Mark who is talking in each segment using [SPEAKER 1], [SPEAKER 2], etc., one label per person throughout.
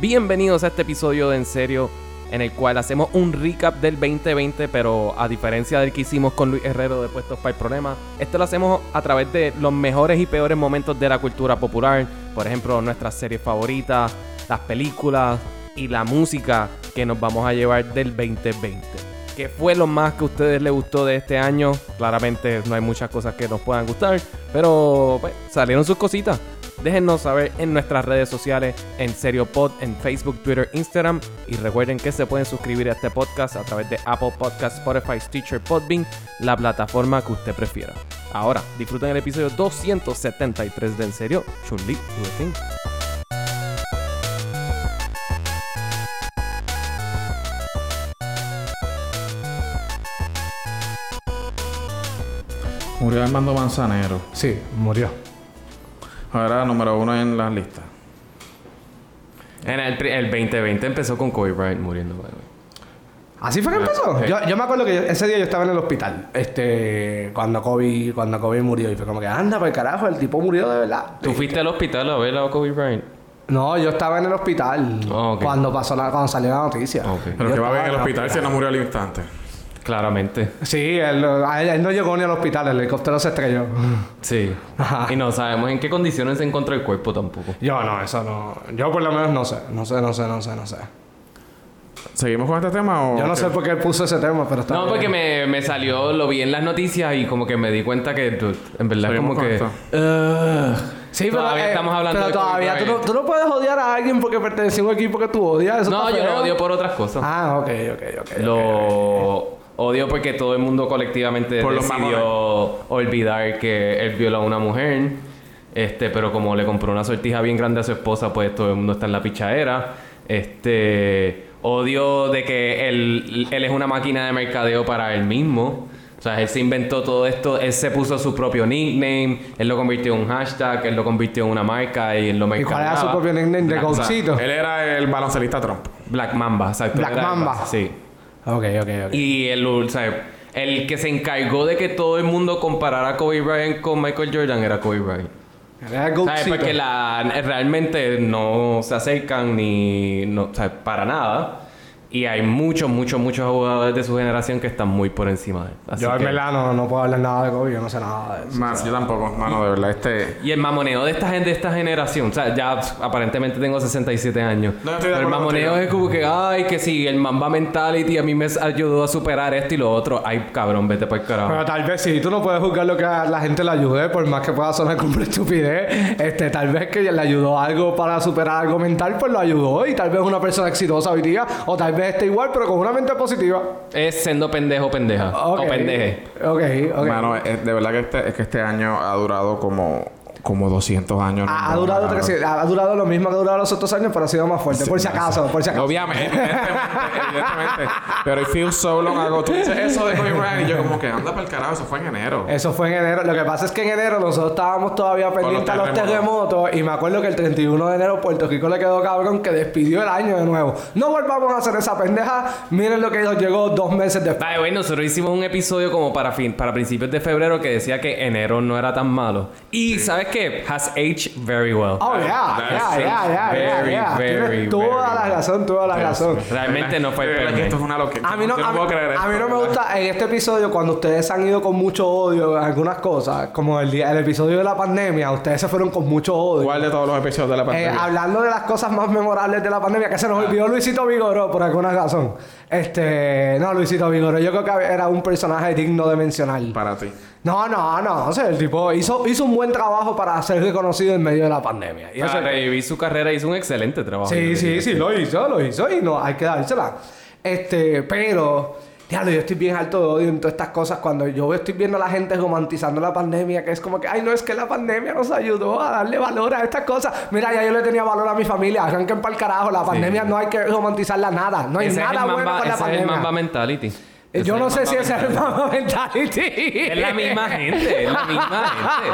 [SPEAKER 1] Bienvenidos a este episodio de En Serio, en el cual hacemos un recap del 2020, pero a diferencia del que hicimos con Luis Herrero de Puestos para el Problema, esto lo hacemos a través de los mejores y peores momentos de la cultura popular, por ejemplo, nuestras series favoritas, las películas y la música que nos vamos a llevar del 2020. ¿Qué fue lo más que a ustedes les gustó de este año? Claramente no hay muchas cosas que nos puedan gustar, pero pues, salieron sus cositas. Déjennos saber en nuestras redes sociales, en Serio Pod, en Facebook, Twitter, Instagram. Y recuerden que se pueden suscribir a este podcast a través de Apple Podcasts, Spotify, Stitcher, Podbean, la plataforma que usted prefiera. Ahora, disfruten el episodio 273 de En Serio, Chun-Li, do the thing.
[SPEAKER 2] Murió Armando Manzanero.
[SPEAKER 3] Sí, murió.
[SPEAKER 2] Ahora número uno en las listas.
[SPEAKER 1] En el, pri- el 2020 empezó con Kobe Bryant muriendo. by the way.
[SPEAKER 3] ¿Así fue que empezó?
[SPEAKER 2] sí.
[SPEAKER 3] Yo, yo me acuerdo que yo- ese día yo estaba en el hospital. Este, cuando Kobe, cuando Kobe murió. Y fue como que, anda, por carajo, el tipo murió de verdad.
[SPEAKER 1] ¿Tú fuiste al hospital a ver a Kobe Bryant?
[SPEAKER 3] No, yo estaba en el hospital
[SPEAKER 1] Ah, ok.
[SPEAKER 3] cuando pasó la, cuando salió la noticia.
[SPEAKER 1] Ok.
[SPEAKER 2] Pero
[SPEAKER 3] Yo
[SPEAKER 2] que va a ver
[SPEAKER 3] estaba
[SPEAKER 2] en el hospital se no murió al instante.
[SPEAKER 1] Claramente.
[SPEAKER 3] Sí, él, a él- él no llegó ni al hospital, el helicóptero se estrelló.
[SPEAKER 1] Sí.
[SPEAKER 3] Ajá.
[SPEAKER 1] Y no sabemos en qué condiciones se encuentra el cuerpo tampoco.
[SPEAKER 3] Yo no, eso no. Yo por lo menos no sé, no sé, no sé, no sé, no sé.
[SPEAKER 2] ¿Seguimos con este tema o.?
[SPEAKER 3] Yo no
[SPEAKER 2] qué?
[SPEAKER 3] sé por qué él puso ese tema, pero está
[SPEAKER 1] No,
[SPEAKER 3] bien.
[SPEAKER 1] porque me, me salió, lo vi en las noticias y como que me di cuenta que, dude, en verdad,
[SPEAKER 2] Seguimos
[SPEAKER 1] como
[SPEAKER 2] con
[SPEAKER 1] que.
[SPEAKER 2] esto.
[SPEAKER 1] Ugh.
[SPEAKER 3] Sí, pero,
[SPEAKER 1] todavía
[SPEAKER 3] eh,
[SPEAKER 1] estamos hablando
[SPEAKER 3] Pero
[SPEAKER 1] de Kobe
[SPEAKER 3] todavía tú no,
[SPEAKER 1] Bryant.
[SPEAKER 3] tú no puedes odiar a alguien porque pertenece a un equipo que tú odias. Eso
[SPEAKER 1] No,
[SPEAKER 3] está
[SPEAKER 1] yo lo
[SPEAKER 3] feo.
[SPEAKER 1] odio por otras cosas.
[SPEAKER 3] Ah, ok, ok, ok.
[SPEAKER 1] lo odio porque todo el mundo colectivamente
[SPEAKER 2] Por los
[SPEAKER 1] decidió olvidar que él violó a una mujer. Este, pero como le compró una sortija bien grande a su esposa, pues todo el mundo está en la pichadera. Este, odio de que él, él es una máquina de mercadeo para él mismo. O sea, él se inventó todo esto, él se puso su propio nickname, él lo convirtió en un hashtag, él lo convirtió en una marca y él lo
[SPEAKER 3] ¿Y
[SPEAKER 1] mercadeaba.
[SPEAKER 3] cuál era su propio nickname de
[SPEAKER 2] Ah, O sea,
[SPEAKER 3] Gauchito?
[SPEAKER 2] él era el baloncelista Trump.
[SPEAKER 1] Black Mamba, exacto.
[SPEAKER 3] Black
[SPEAKER 1] Era el-
[SPEAKER 3] Mamba.
[SPEAKER 1] Sí.
[SPEAKER 3] Ok, ok, ok.
[SPEAKER 1] Y el, o sea, el que se encargó de que todo el mundo comparara a Kobe Bryant con Michael Jordan era Kobe Bryant.
[SPEAKER 3] Era
[SPEAKER 1] ¿Sabes?
[SPEAKER 3] el Gauchito.
[SPEAKER 1] Porque la, realmente no se acercan ni no, o sea, para nada. Y hay muchos, muchos, muchos jugadores de su generación que están muy por encima de él. Así
[SPEAKER 3] Yo en
[SPEAKER 1] que-
[SPEAKER 3] verdad no, no puedo hablar nada de Kobe, yo no sé nada de eso.
[SPEAKER 2] Más, yo tampoco, mano, de verdad. Este.
[SPEAKER 1] Y el mamoneo de esta gente, de esta generación, o sea, ya pf, aparentemente tengo 67 años.
[SPEAKER 2] No, estoy de
[SPEAKER 1] pero el
[SPEAKER 2] acuerdo
[SPEAKER 1] mamoneo
[SPEAKER 2] contigo.
[SPEAKER 1] es como que, ay, que sí, el mamba mentality a mí me ayudó a superar esto y lo otro. Ay, cabrón, vete para el carajo.
[SPEAKER 3] Pero tal vez si tú no puedes juzgar lo que a la gente le ayude, por más que pueda sonar como una estupidez, este, tal vez que le ayudó algo para superar algo mental, pues lo ayudó y tal vez es una persona exitosa hoy día, o tal vez esté igual, pero con una mente positiva.
[SPEAKER 1] Es siendo pendejo o pendeja.
[SPEAKER 3] Ok.
[SPEAKER 1] O pendeje.
[SPEAKER 3] Ok, ok.
[SPEAKER 2] Mano, es- de verdad que este, es que este año ha durado como, como 200 años.
[SPEAKER 3] Ah, ha,
[SPEAKER 2] ¿no?
[SPEAKER 3] ha durado,
[SPEAKER 2] Mano.
[SPEAKER 3] tres- ha durado lo mismo que ha durado los otros años, pero ha sido más fuerte.
[SPEAKER 2] Sí,
[SPEAKER 3] por si
[SPEAKER 2] no,
[SPEAKER 3] acaso, por si acaso.
[SPEAKER 2] Obviamente, evidentemente, evidentemente. Pero I feel so long ago. Tú dices eso de Kobe Bryant y yo como que anda para el carajo. Eso fue en enero.
[SPEAKER 3] Eso fue en enero. Lo que pasa es que en enero nosotros estábamos todavía pendientes a los
[SPEAKER 2] terremotos.
[SPEAKER 3] terremotos. Y me acuerdo que el 31 de enero Puerto Rico le quedó cabrón que despidió el año de nuevo. No volvamos a hacer esa pendeja. Miren lo que nos llegó dos meses después.
[SPEAKER 1] Vale, bueno, nosotros hicimos un episodio como para, fin, para principios de febrero que decía que enero no era tan malo. Y ¿sabes qué? Has aged very well.
[SPEAKER 3] Oh, yeah, yeah,
[SPEAKER 2] that's
[SPEAKER 3] yeah, yeah, yeah,
[SPEAKER 1] very,
[SPEAKER 3] yeah. Tienes
[SPEAKER 1] very,
[SPEAKER 3] toda
[SPEAKER 1] very
[SPEAKER 3] la
[SPEAKER 1] well.
[SPEAKER 3] razón, toda la razón.
[SPEAKER 1] Realmente no fue
[SPEAKER 2] De
[SPEAKER 1] el
[SPEAKER 2] verdad que
[SPEAKER 1] pendejo.
[SPEAKER 2] esto es una loquera.
[SPEAKER 3] A mí no,
[SPEAKER 2] Yo
[SPEAKER 3] a mí-
[SPEAKER 2] puedo creer
[SPEAKER 3] a mí
[SPEAKER 2] esto,
[SPEAKER 3] no me
[SPEAKER 2] ¿verdad?
[SPEAKER 3] gusta en este episodio cuando ustedes han ido con mucho odio en algunas cosas, como el, día- el episodio de la pandemia, ustedes se fueron con mucho odio.
[SPEAKER 2] ¿Cuál de todos los episodios de la
[SPEAKER 3] Eh,
[SPEAKER 2] pandemia?
[SPEAKER 3] hablando de las cosas más memorables de la pandemia, que se nos olvidó Luisito Vigoró por alguna razón. Este, no, Luisito Vigoró, yo creo que era un personaje digno de mencionar.
[SPEAKER 2] Para ti.
[SPEAKER 3] No, no, no, o sea, el tipo hizo, hizo un buen trabajo para ser reconocido en medio de la pandemia. Y eso-
[SPEAKER 1] Para revivir su carrera hizo un excelente trabajo.
[SPEAKER 3] sí,
[SPEAKER 1] Yo
[SPEAKER 3] sí,
[SPEAKER 1] diría.
[SPEAKER 3] sí, lo hizo, lo hizo y no, hay que dársela. Este, pero, diablo, yo estoy bien alto de odio en todas estas cosas cuando yo estoy viendo a la gente romantizando la pandemia, que es como que, ay, no, es que la pandemia nos ayudó a darle valor a estas cosas. Mira, ya yo le tenía valor a mi familia, arranquen para el carajo, la pandemia no hay que romantizarla nada, no hay
[SPEAKER 1] Ese es el
[SPEAKER 3] nada
[SPEAKER 1] Mamba-
[SPEAKER 3] bueno con la
[SPEAKER 1] ese es el Mamba
[SPEAKER 3] pandemia.
[SPEAKER 1] mentality.
[SPEAKER 3] Eh,
[SPEAKER 1] Ese
[SPEAKER 3] Yo
[SPEAKER 1] es
[SPEAKER 3] no
[SPEAKER 1] el
[SPEAKER 3] sé
[SPEAKER 1] Mamba
[SPEAKER 3] si ese es el mama mentality.
[SPEAKER 1] mentality. Es la misma gente, es la misma gente.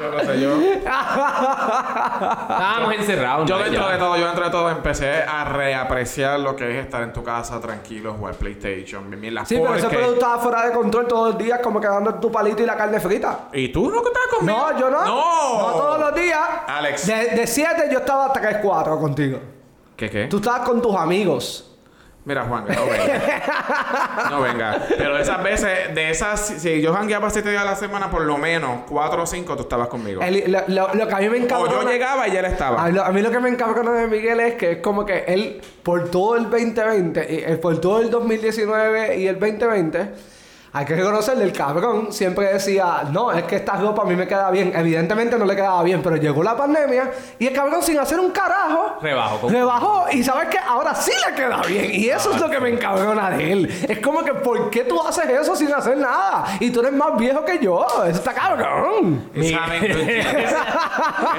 [SPEAKER 2] Yo yo qué sé yo.
[SPEAKER 1] Estábamos encerrados.
[SPEAKER 2] Yo
[SPEAKER 1] ¿no?
[SPEAKER 2] dentro
[SPEAKER 1] Ya.
[SPEAKER 2] de todo, yo dentro de todo empecé a reapreciar lo que es estar en tu casa tranquilo, jugar PlayStation, vivir las
[SPEAKER 3] Sí, pero ese
[SPEAKER 2] porque-
[SPEAKER 3] pedo estaba fuera de control todos los días, como que dando tu palito y la carne frita.
[SPEAKER 2] ¿Y tú no que estabas conmigo?
[SPEAKER 3] No, yo no.
[SPEAKER 2] No.
[SPEAKER 3] No todos los días.
[SPEAKER 2] Alex.
[SPEAKER 3] De, de siete yo estaba hasta que 4 contigo.
[SPEAKER 2] ¿Qué qué?
[SPEAKER 3] Tú estabas con tus amigos.
[SPEAKER 2] Mira, Juan, no venga. no venga. Pero esas veces, de esas, si yo jangueaba siete días a la semana, por lo menos cuatro o cinco tú estabas conmigo.
[SPEAKER 3] El- lo, lo- lo que a mí me
[SPEAKER 2] o
[SPEAKER 3] encanta.
[SPEAKER 2] yo llegaba y ya él
[SPEAKER 3] A
[SPEAKER 2] estaba.
[SPEAKER 3] lo- a mí lo que me encabrona de Miguel es que es como que él, por todo el 2020, y, eh, por todo el 2019 y el 2020, hay que reconocerle, el cabrón siempre decía, no, es que esta ropa a mí me queda bien. Evidentemente no le quedaba bien, pero llegó la pandemia y el cabrón sin hacer un carajo...
[SPEAKER 1] Rebajó con-
[SPEAKER 3] Rebajó y sabes que ahora sí le queda bien. Y eso es lo que me encabrona de él. Es como que, ¿por qué tú haces eso sin hacer nada? Y tú eres más viejo que yo. Eso está cabrón.
[SPEAKER 2] Exactamente. es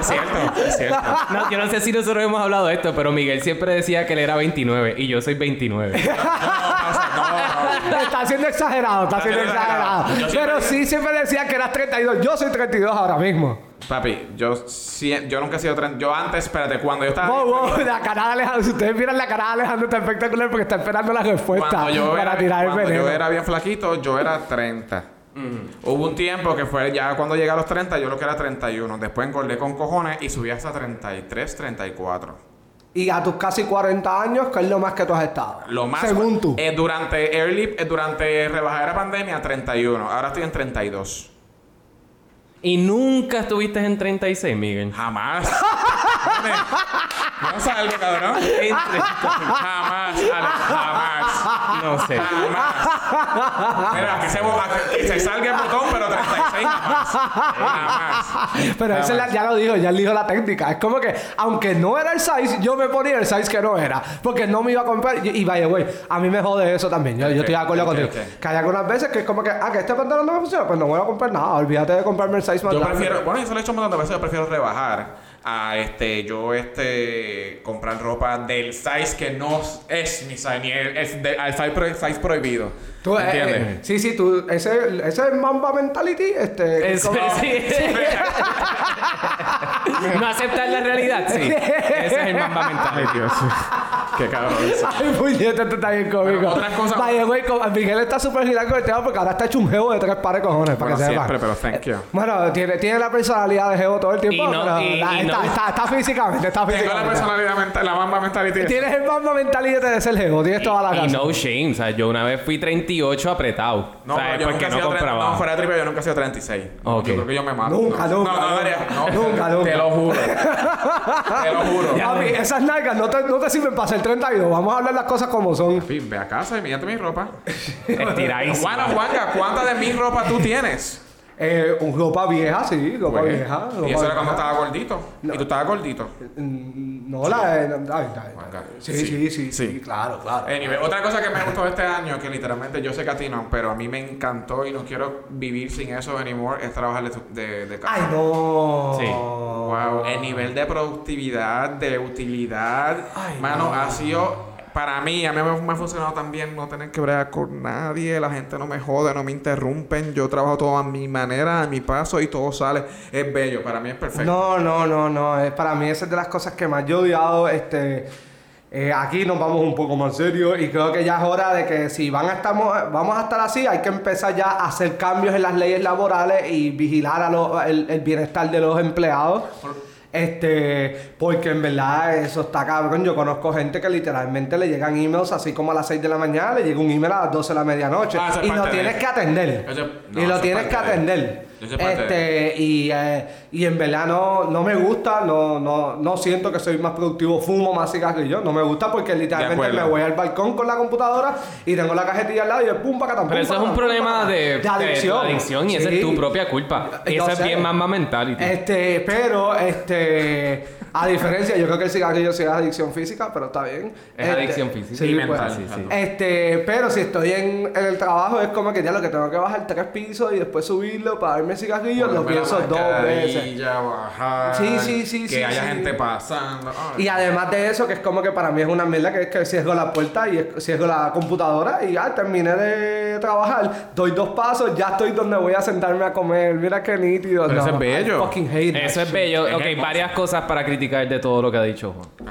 [SPEAKER 2] cierto, es cierto.
[SPEAKER 1] No, yo no sé si nosotros hemos hablado de esto, pero Miguel siempre decía que él era 29 y yo soy 29.
[SPEAKER 3] Está siendo exagerado, está siendo
[SPEAKER 2] siendo exagerado.
[SPEAKER 3] exagerado.
[SPEAKER 2] Yo siempre
[SPEAKER 3] Pero
[SPEAKER 2] digo-
[SPEAKER 3] sí siempre decía que eras 32. Yo soy 32 ahora mismo.
[SPEAKER 2] Papi, yo, sie- yo nunca he sido tren. Yo antes, espérate, cuando yo estaba.
[SPEAKER 3] Wow, wow, la cara de Alejandro. Si ustedes vieran la cara de Alejandro, está espectacular porque está esperando la respuesta
[SPEAKER 2] Cuando yo,
[SPEAKER 3] Pues para
[SPEAKER 2] era,
[SPEAKER 3] tirar el
[SPEAKER 2] cuando
[SPEAKER 3] veneno.
[SPEAKER 2] yo era bien flaquito, yo era 30. Hubo un tiempo que fue ya cuando llegué a los 30, yo creo que era 31. Después engordé con cojones y subí hasta 33, 34.
[SPEAKER 3] Y a tus casi 40 años, que es lo más que tú has estado.
[SPEAKER 2] Lo más.
[SPEAKER 3] Según tú.
[SPEAKER 2] Eh, durante early, eh, durante rebajadera pandemia, 31. Ahora estoy en 32.
[SPEAKER 1] y nunca estuviste en 36, Miguel.
[SPEAKER 2] Jamás. no salgo, cabrón.
[SPEAKER 1] En
[SPEAKER 2] Jamás, Alex, jamás.
[SPEAKER 1] 30. No sé.
[SPEAKER 2] Jamás. Mira, que se, bo- que se salga el botón, pero 36 jamás. Jamás.
[SPEAKER 3] Pero esa es la- ya lo dijo, ya él dijo la técnica. Es como que, aunque no era el size, yo me ponía el size que no era. Porque no me iba a comprar. Y, y vaya, güey, a mí me jode eso también. Yo, yo estoy de acuerdo
[SPEAKER 2] ok,
[SPEAKER 3] contigo.
[SPEAKER 2] ok.
[SPEAKER 3] Que hay algunas veces que es como que, ah, que este pantalón no me funciona. Pues no voy a comprar nada. Olvídate de comprarme el size más
[SPEAKER 2] Yo
[SPEAKER 3] grande.
[SPEAKER 2] prefiero, bueno, eso lo he hecho un montón de veces, yo prefiero rebajar a este, yo este, comprar ropa del size que no es mi size, ni el, es de- al size, pro- size prohibido.
[SPEAKER 3] Tú, eh,
[SPEAKER 2] ¿Entiendes?
[SPEAKER 3] eh, sí, sí, tú, ese, ese Mamba Mentality, este...
[SPEAKER 1] Eso,
[SPEAKER 3] como-
[SPEAKER 1] sí. no aceptar la realidad, sí. Ese es el mamba mental.
[SPEAKER 2] Ay, Dios. Qué cabrón.
[SPEAKER 3] Ay, puñeta, esto está bien cómico.
[SPEAKER 2] Pero otras cosas-
[SPEAKER 3] Vaya, güey, como- Miguel está súper girando con el tema porque ahora está hecho un jevo de tres pares de cojones, para
[SPEAKER 2] Bueno,
[SPEAKER 3] que sepan.
[SPEAKER 2] siempre, pero thank you.
[SPEAKER 3] Bueno, tiene, tiene la personalidad de jevo todo el tiempo,
[SPEAKER 1] Y no-
[SPEAKER 3] pero
[SPEAKER 1] y-
[SPEAKER 3] la-
[SPEAKER 1] y
[SPEAKER 3] está,
[SPEAKER 1] no-
[SPEAKER 3] está- está físicamente, está
[SPEAKER 2] Tengo la
[SPEAKER 3] físicamente.
[SPEAKER 2] personalidad mental, la mamba mentality.
[SPEAKER 3] Tienes el Mamba Mentality de ser jevo, tienes toda la
[SPEAKER 1] Y
[SPEAKER 3] casa.
[SPEAKER 1] no shame, o sea, yo una vez fui 38 apretado.
[SPEAKER 2] No,
[SPEAKER 1] o sea,
[SPEAKER 2] pero yo
[SPEAKER 1] porque
[SPEAKER 2] nunca he
[SPEAKER 1] no
[SPEAKER 2] sido 30,
[SPEAKER 1] compraba.
[SPEAKER 2] No, fuera de tripe, yo nunca he sido 36.
[SPEAKER 1] Ok.
[SPEAKER 2] Yo creo que yo me mato.
[SPEAKER 3] Nunca,
[SPEAKER 2] no,
[SPEAKER 3] nunca,
[SPEAKER 2] No, no,
[SPEAKER 3] nunca.
[SPEAKER 2] Daria, no,
[SPEAKER 3] Nunca,
[SPEAKER 2] Te
[SPEAKER 3] nunca.
[SPEAKER 2] lo juro. te lo juro.
[SPEAKER 3] Papi, esas nalgas no te, no te sirven para ser 32. Vamos a hablar las cosas como son.
[SPEAKER 2] Papi, Ve a casa y mírate mi ropa.
[SPEAKER 1] Estiradísimo.
[SPEAKER 2] Juana, Juanga, ¿cuánta de mi ropa tú tienes?
[SPEAKER 3] Eh, un ropa vieja, sí, ropa
[SPEAKER 2] Pues,
[SPEAKER 3] vieja. ropa
[SPEAKER 2] Y eso era cuando
[SPEAKER 3] vieja.
[SPEAKER 2] estaba gordito. Y tú estabas gordito.
[SPEAKER 3] Mm, No, la. eh, ay, ay,
[SPEAKER 2] Manga.
[SPEAKER 3] sí,
[SPEAKER 2] Sí.
[SPEAKER 3] sí, sí, sí,
[SPEAKER 2] Sí. Eh,
[SPEAKER 3] claro, claro.
[SPEAKER 2] Anyway, otra cosa que me gustó de este año, que literalmente yo sé que a ti no, pero a mí me encantó y no quiero vivir sin eso anymore, es trabajar de, tu- de, de casa.
[SPEAKER 3] Ay, no.
[SPEAKER 1] Sí.
[SPEAKER 2] Wow, el nivel de productividad, de utilidad,
[SPEAKER 3] Ay,
[SPEAKER 2] mano, ha sido para mí, a mí me, me ha funcionado también no tener que bregar con nadie, la gente no me jode, no me interrumpen, yo trabajo todo a mi manera, a mi paso y todo sale. Es bello, para mí es perfecto.
[SPEAKER 3] No, no, no, no. Es, para mí esa es de las cosas que más yo he odiado. Este, eh, aquí nos vamos un poco más serios y creo que ya es hora de que si van a estar, vamos a estar así, hay que empezar ya a hacer cambios en las leyes laborales y vigilar a los- el, el bienestar de los empleados. Este, porque en verdad eso está cabrón. Yo conozco gente que literalmente le llegan emails así como a las 6 de la mañana, le llega un email a las 12 de la medianoche.
[SPEAKER 2] Ah, eso es
[SPEAKER 3] y lo
[SPEAKER 2] parte de-
[SPEAKER 3] tienes que atender.
[SPEAKER 2] Eso es- no,
[SPEAKER 3] y
[SPEAKER 2] eso
[SPEAKER 3] lo
[SPEAKER 2] es
[SPEAKER 3] tienes que
[SPEAKER 2] parte de-
[SPEAKER 3] atender.
[SPEAKER 2] eso es parte de-
[SPEAKER 3] Este, eh, y, eh, y en verdad no, no me gusta, no, no, no siento que soy más productivo, fumo más cigarrillos, no me gusta porque literalmente
[SPEAKER 2] acuerdo.
[SPEAKER 3] me voy al balcón con la computadora y tengo la cajetilla al lado y es pum, pacatán, pum,
[SPEAKER 1] Pero eso es un
[SPEAKER 3] pacatán,
[SPEAKER 1] problema
[SPEAKER 3] pum,
[SPEAKER 1] de,
[SPEAKER 3] pacatán. de
[SPEAKER 1] de
[SPEAKER 3] adicción.
[SPEAKER 1] tu adicción y esa
[SPEAKER 3] Sí.
[SPEAKER 1] es tu propia culpa. Y
[SPEAKER 3] Yo
[SPEAKER 1] eso es
[SPEAKER 3] sé.
[SPEAKER 1] bien mamba mentality.
[SPEAKER 3] Este, pero, este, A diferencia, yo creo que el cigarrillo sí es adicción física, pero está bien.
[SPEAKER 1] Es adicción física.
[SPEAKER 2] Y
[SPEAKER 3] pues.
[SPEAKER 2] mental, sí, sí.
[SPEAKER 3] Este, pero si estoy en, en el trabajo, es como que ya lo que tengo que bajar tres pisos y después subirlo para darme el cigarrillo, lo
[SPEAKER 2] Ponerme la
[SPEAKER 3] pienso dos veces.
[SPEAKER 2] mascarilla, bajar,
[SPEAKER 3] Sí, sí, sí,
[SPEAKER 2] Que
[SPEAKER 3] sí,
[SPEAKER 2] haya
[SPEAKER 3] sí.
[SPEAKER 2] gente pasando. Ah, Ay.
[SPEAKER 3] Y además de eso, que es como que para mí es una mierda que es que cierro la puerta y es- cierro la computadora y ya terminé de trabajar, doy dos pasos, ya estoy donde voy a sentarme a comer. Mira qué nítido.
[SPEAKER 2] Pero eso es bello.
[SPEAKER 3] I fucking hate that
[SPEAKER 1] Eso es
[SPEAKER 3] shit.
[SPEAKER 1] bello.
[SPEAKER 2] Es
[SPEAKER 1] ok,
[SPEAKER 2] hermoso.
[SPEAKER 1] varias cosas para criticar de todo lo que ha dicho Juan.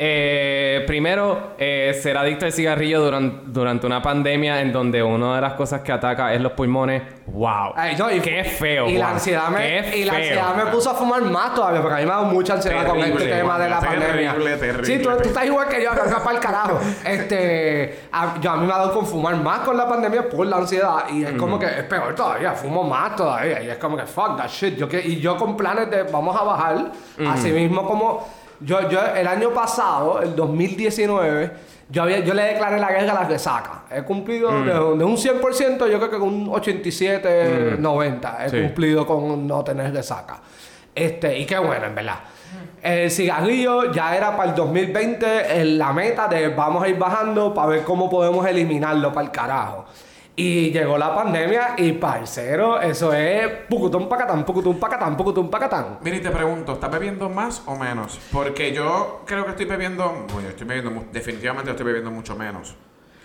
[SPEAKER 1] Eh, primero, eh, ser adicto al cigarrillo duran- durante una pandemia en donde una de las cosas que ataca es los pulmones. ¡Wow!
[SPEAKER 3] Ay, no, y-
[SPEAKER 1] ¡Qué feo!
[SPEAKER 3] Y la
[SPEAKER 1] Juan.
[SPEAKER 3] ansiedad me,
[SPEAKER 1] ¡Qué
[SPEAKER 3] y la
[SPEAKER 1] feo!
[SPEAKER 3] ansiedad me puso a fumar más todavía, porque a mí me ha dado mucha ansiedad con
[SPEAKER 2] Terrible,
[SPEAKER 3] este tema
[SPEAKER 2] Juan,
[SPEAKER 3] de la
[SPEAKER 2] terrible,
[SPEAKER 3] pandemia.
[SPEAKER 2] terrible,
[SPEAKER 3] sí, tú, tú
[SPEAKER 2] terrible.
[SPEAKER 3] estás igual que yo, acá para el carajo. Este, a, yo a mí me ha dado con fumar más con la pandemia por la ansiedad. Y es como que es peor todavía, fumo más todavía. Y es como que fuck that shit. Yo que, y yo con planes de vamos a bajar, así mismo como. Yo, yo, el año pasado, el 2019, yo, había, yo le declaré la guerra a las resacas. He cumplido de, de un 100%, yo creo que con un 87, 90. He
[SPEAKER 1] Sí.
[SPEAKER 3] cumplido con no tener resaca. Este, y qué bueno, en verdad. El cigarrillo ya era para el 2020 en eh, la meta de vamos a ir bajando para ver cómo podemos eliminarlo para el carajo. Y llegó la pandemia y parcero, eso es pucutón pacatán, pucutón pacatán, pucutón pacatán.
[SPEAKER 2] Mira, y te pregunto, ¿estás bebiendo más o menos? Porque yo creo que estoy bebiendo, bueno, yo estoy bebiendo, mu- definitivamente yo estoy bebiendo mucho menos.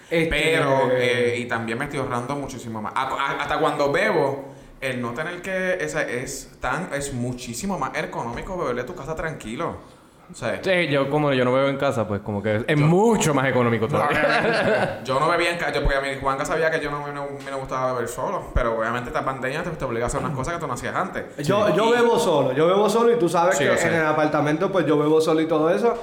[SPEAKER 3] Este,
[SPEAKER 2] Pero, eh, y también me estoy ahorrando muchísimo más. A- a- hasta cuando bebo, el no tener que, esa es tan, es muchísimo más ergonómico beberle a tu casa tranquilo. O sea,
[SPEAKER 1] Sí, Eh, yo como yo no bebo en casa, pues como que es, es mucho más económico todavía.
[SPEAKER 2] yo no bebía en casa, porque a mí Juanca sabía que yo no no- me no gustaba beber solo, pero obviamente esta pandemia te, te obliga a hacer unas cosas que tú no hacías antes.
[SPEAKER 3] Yo, yo bebo solo, yo bebo solo y tú sabes
[SPEAKER 2] Sí,
[SPEAKER 3] que
[SPEAKER 2] yo sé.
[SPEAKER 3] en el apartamento pues yo bebo solo y todo eso.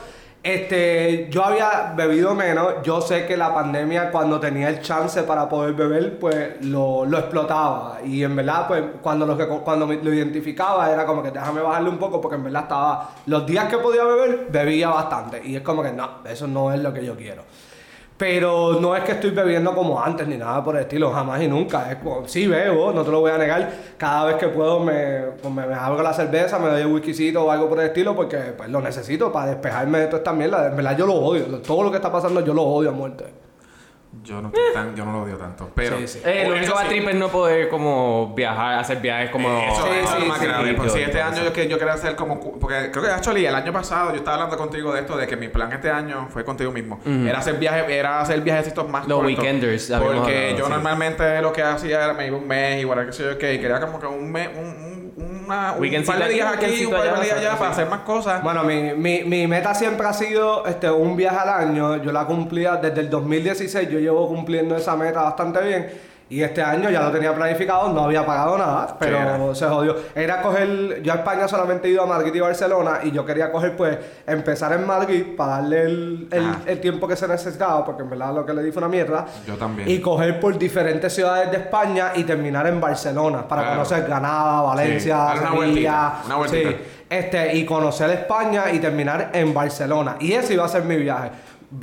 [SPEAKER 3] Este, yo había bebido menos, yo sé que la pandemia cuando tenía el chance para poder beber pues lo, lo explotaba y en verdad pues cuando lo, reco- cuando me- lo identificaba era como que déjame bajarle un poco porque en verdad estaba, los días que podía beber bebía bastante y es como que no, eso no es lo que yo quiero. Pero no es que estoy bebiendo como antes ni nada por el estilo, jamás y nunca. Es como- sí bebo, no te lo voy a negar. Cada vez que puedo me, pues me, me abro la cerveza, me doy un whiskycito o algo por el estilo porque pues, lo necesito para despejarme de toda esta mierda. En verdad yo lo odio. Todo lo que está pasando yo lo odio a muerte.
[SPEAKER 2] Yo no, estoy tan, yo no lo odio tanto, pero...
[SPEAKER 3] Sí, sí.
[SPEAKER 1] Eh, lo
[SPEAKER 2] Eso
[SPEAKER 1] único
[SPEAKER 2] sí.
[SPEAKER 1] a trip es no poder como viajar, hacer viajes como...
[SPEAKER 2] Eso,
[SPEAKER 3] Sí,
[SPEAKER 2] eso es
[SPEAKER 3] sí,
[SPEAKER 2] lo más
[SPEAKER 3] sí,
[SPEAKER 2] grave.
[SPEAKER 1] sí,
[SPEAKER 2] Por
[SPEAKER 1] yo-
[SPEAKER 2] si este
[SPEAKER 1] yo-
[SPEAKER 2] año yo, que- yo quería hacer como. cu- Porque creo que, actually, el año pasado yo estaba hablando contigo de esto, de que mi plan este año fue contigo mismo. Era hacer viajes, era hacer viajecitos más
[SPEAKER 1] Los
[SPEAKER 2] cortos.
[SPEAKER 1] weekenders, habíamos
[SPEAKER 2] Porque
[SPEAKER 1] hablado,
[SPEAKER 2] yo
[SPEAKER 1] sí.
[SPEAKER 2] normalmente lo que hacía era me iba un mes, igual que sé yo qué, y quería como que un mes, un, un, una, un
[SPEAKER 1] Weekendcito
[SPEAKER 2] par de
[SPEAKER 1] aquí,
[SPEAKER 2] días aquí, un
[SPEAKER 1] weekendcito
[SPEAKER 2] par de
[SPEAKER 1] allá,
[SPEAKER 2] días allá
[SPEAKER 1] sí.
[SPEAKER 2] para hacer más cosas.
[SPEAKER 3] Bueno, mi, mi, mi meta siempre ha sido este, un viaje al año. Yo la cumplía desde el 2016. Yo llevo cumpliendo esa meta bastante bien. Y este año ya lo tenía planificado, no había pagado nada, pero
[SPEAKER 2] era?
[SPEAKER 3] se jodió. Era coger, yo a España solamente he ido a Madrid y Barcelona y yo quería coger, pues, empezar en Madrid para darle el, el-
[SPEAKER 2] Ajá.
[SPEAKER 3] el tiempo que se necesitaba, porque en verdad lo que le di fue una mierda.
[SPEAKER 2] Ah. Yo también.
[SPEAKER 3] Y coger por diferentes ciudades de España y terminar en Barcelona para
[SPEAKER 2] Claro.
[SPEAKER 3] conocer Granada, Valencia,
[SPEAKER 2] darle una
[SPEAKER 3] Sevilla.
[SPEAKER 2] vueltita, una vueltita.
[SPEAKER 3] sí. Este, y conocer España y terminar en Barcelona. Y ese iba a ser mi viaje.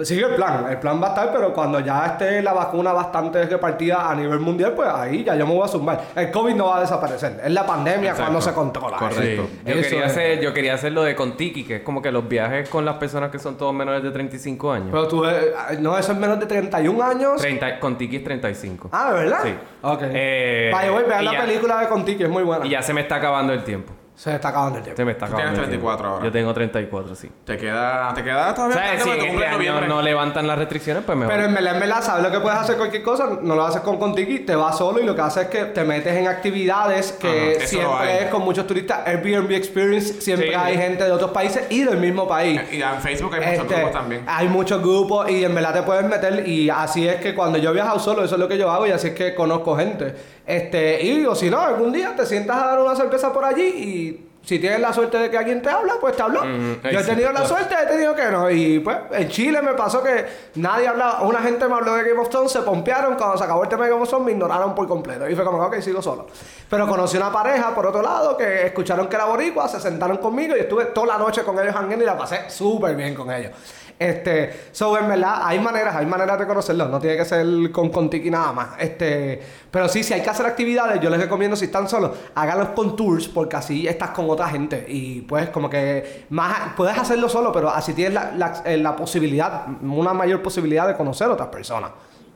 [SPEAKER 3] Sigue el plan, el plan va a estar, pero cuando ya esté la vacuna bastante repartida a nivel mundial, pues ahí ya yo me voy a sumar. El COVID no va a desaparecer, es la pandemia
[SPEAKER 2] Exacto.
[SPEAKER 3] cuando se controla.
[SPEAKER 2] Correcto.
[SPEAKER 3] Sí.
[SPEAKER 1] Yo
[SPEAKER 3] Eso
[SPEAKER 1] quería,
[SPEAKER 3] es.
[SPEAKER 1] hacer, yo quería hacer lo de Contiki, que es como que los viajes con las personas que son todos menores de 35 años.
[SPEAKER 3] Pero tú, eh, no, eso es menos de 31 años.
[SPEAKER 1] 30, Contiki es 35.
[SPEAKER 3] Ah, ¿verdad?
[SPEAKER 1] Sí.
[SPEAKER 3] Ok.
[SPEAKER 1] Eh,
[SPEAKER 3] Vaya, voy a ver
[SPEAKER 1] y
[SPEAKER 3] la
[SPEAKER 1] ya-
[SPEAKER 3] película de Contiki, es muy buena.
[SPEAKER 1] Y ya se me está acabando el tiempo.
[SPEAKER 3] Se está acabando el tiempo.
[SPEAKER 1] Se me está
[SPEAKER 2] Tú
[SPEAKER 1] acabando
[SPEAKER 2] tienes
[SPEAKER 1] el tiempo.
[SPEAKER 2] 34 ahora.
[SPEAKER 1] Yo tengo 34, sí.
[SPEAKER 2] Te queda, te queda
[SPEAKER 1] O
[SPEAKER 2] todavía.
[SPEAKER 1] sea,
[SPEAKER 2] bastante,
[SPEAKER 1] si
[SPEAKER 2] porque
[SPEAKER 1] en
[SPEAKER 2] tu
[SPEAKER 1] este
[SPEAKER 2] cumpleaños
[SPEAKER 1] año
[SPEAKER 2] noviembre.
[SPEAKER 1] no levantan las restricciones, pues mejor.
[SPEAKER 3] Pero en verdad, en verdad, sabes lo que puedes hacer cualquier cosa, no lo haces con Contiki, te vas solo y lo que haces es que te metes en actividades
[SPEAKER 2] Ajá,
[SPEAKER 3] que
[SPEAKER 2] eso lo hay.
[SPEAKER 3] siempre es con muchos turistas. Airbnb Experience, siempre
[SPEAKER 1] Sí,
[SPEAKER 3] hay
[SPEAKER 1] sí.
[SPEAKER 3] gente de otros países y del mismo país.
[SPEAKER 2] Y en Facebook Eh, hay muchos
[SPEAKER 3] Este,
[SPEAKER 2] grupos también.
[SPEAKER 3] Hay muchos grupos y en verdad te puedes meter y así es que cuando yo he viajado solo, eso es lo que yo hago y así es que conozco gente. Este, y digo, si no, algún día te sientas a dar una cerveza por allí y si tienes la suerte de que alguien te habla, pues te habló.
[SPEAKER 1] Mm,
[SPEAKER 3] yo he
[SPEAKER 1] exacto.
[SPEAKER 3] tenido la suerte, he tenido que no. Y pues en Chile me pasó que nadie hablaba, una gente me habló de Game of Thrones, se pompearon, cuando se acabó el tema de Game of Thrones me ignoraron por completo. Y fue como, ok, sigo solo. Pero conocí una pareja, por otro lado, que escucharon que era boricua, se sentaron conmigo y estuve toda la noche con ellos hangueando y la pasé súper bien con ellos. Este, so en verdad, hay maneras, hay maneras de conocerlos, no tiene que ser con Contiki nada más. Este, pero sí, si hay que hacer actividades, yo les recomiendo si están solos, háganlos con tours, porque así estás con con otra gente. Y pues como que más puedes hacerlo solo, pero así tienes la, la- eh, la posibilidad, una mayor posibilidad de conocer a otras personas.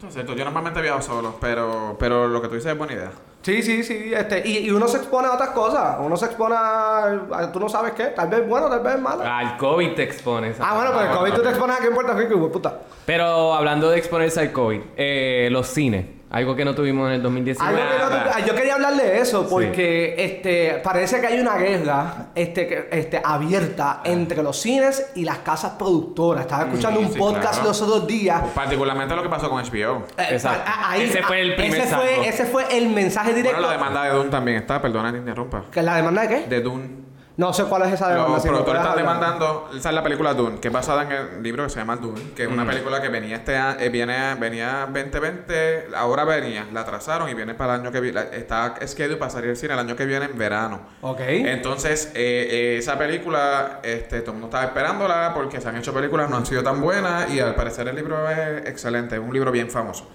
[SPEAKER 2] Es cierto, yo normalmente viajo solo, pero, pero lo que tú dices es buena idea.
[SPEAKER 3] Sí, sí, sí. Este, y, y uno se expone a otras cosas. Uno se expone a, a- Tú no sabes qué. Tal vez bueno, tal vez malo. Ah,
[SPEAKER 1] Al COVID te expones.
[SPEAKER 3] bueno, pero el COVID tú te expones aquí en Puerto Rico, hijo de puta.
[SPEAKER 1] Pero hablando de exponerse al COVID, eh, los cines, algo que no tuvimos en el 2019.
[SPEAKER 3] Algo que no te-
[SPEAKER 1] Nada.
[SPEAKER 3] ah, yo quería hablar de eso porque este, parece que hay una guerra este, que- este, abierta entre los cines y las casas productoras. Estaba escuchando
[SPEAKER 2] Ah. Mm,
[SPEAKER 3] un
[SPEAKER 2] sí,
[SPEAKER 3] podcast
[SPEAKER 2] claro.
[SPEAKER 3] los otros días.
[SPEAKER 2] Particularmente lo que pasó con HBO.
[SPEAKER 3] Eh,
[SPEAKER 1] Exacto.
[SPEAKER 3] a- a- ahí-
[SPEAKER 1] Ese fue el
[SPEAKER 3] a-
[SPEAKER 1] primer
[SPEAKER 3] ese
[SPEAKER 1] salto.
[SPEAKER 3] fue, ese fue el mensaje directo.
[SPEAKER 2] Bueno, la demanda de Dune también está, perdona que interrumpa.
[SPEAKER 3] ¿Que ¿La demanda de qué?
[SPEAKER 2] De Dune.
[SPEAKER 3] Ah, No sé cuál es esa demanda.
[SPEAKER 2] Los
[SPEAKER 3] si me
[SPEAKER 2] productores
[SPEAKER 3] puedes
[SPEAKER 2] están
[SPEAKER 3] hablar.
[SPEAKER 2] demandando, esa es la película Dune, que es basada en el libro que se llama Dune, que es
[SPEAKER 1] Mm.
[SPEAKER 2] una película que venía este a- eh, viene, venía 2020, ahora venía, la atrasaron y viene para el año que viene, está scheduled para salir al cine el año que viene en verano.
[SPEAKER 3] Ok.
[SPEAKER 2] Entonces, eh, eh, esa película, este, todo el mundo estaba esperándola porque se han hecho películas, no han sido tan buenas y al parecer el libro es excelente, es un libro bien famoso.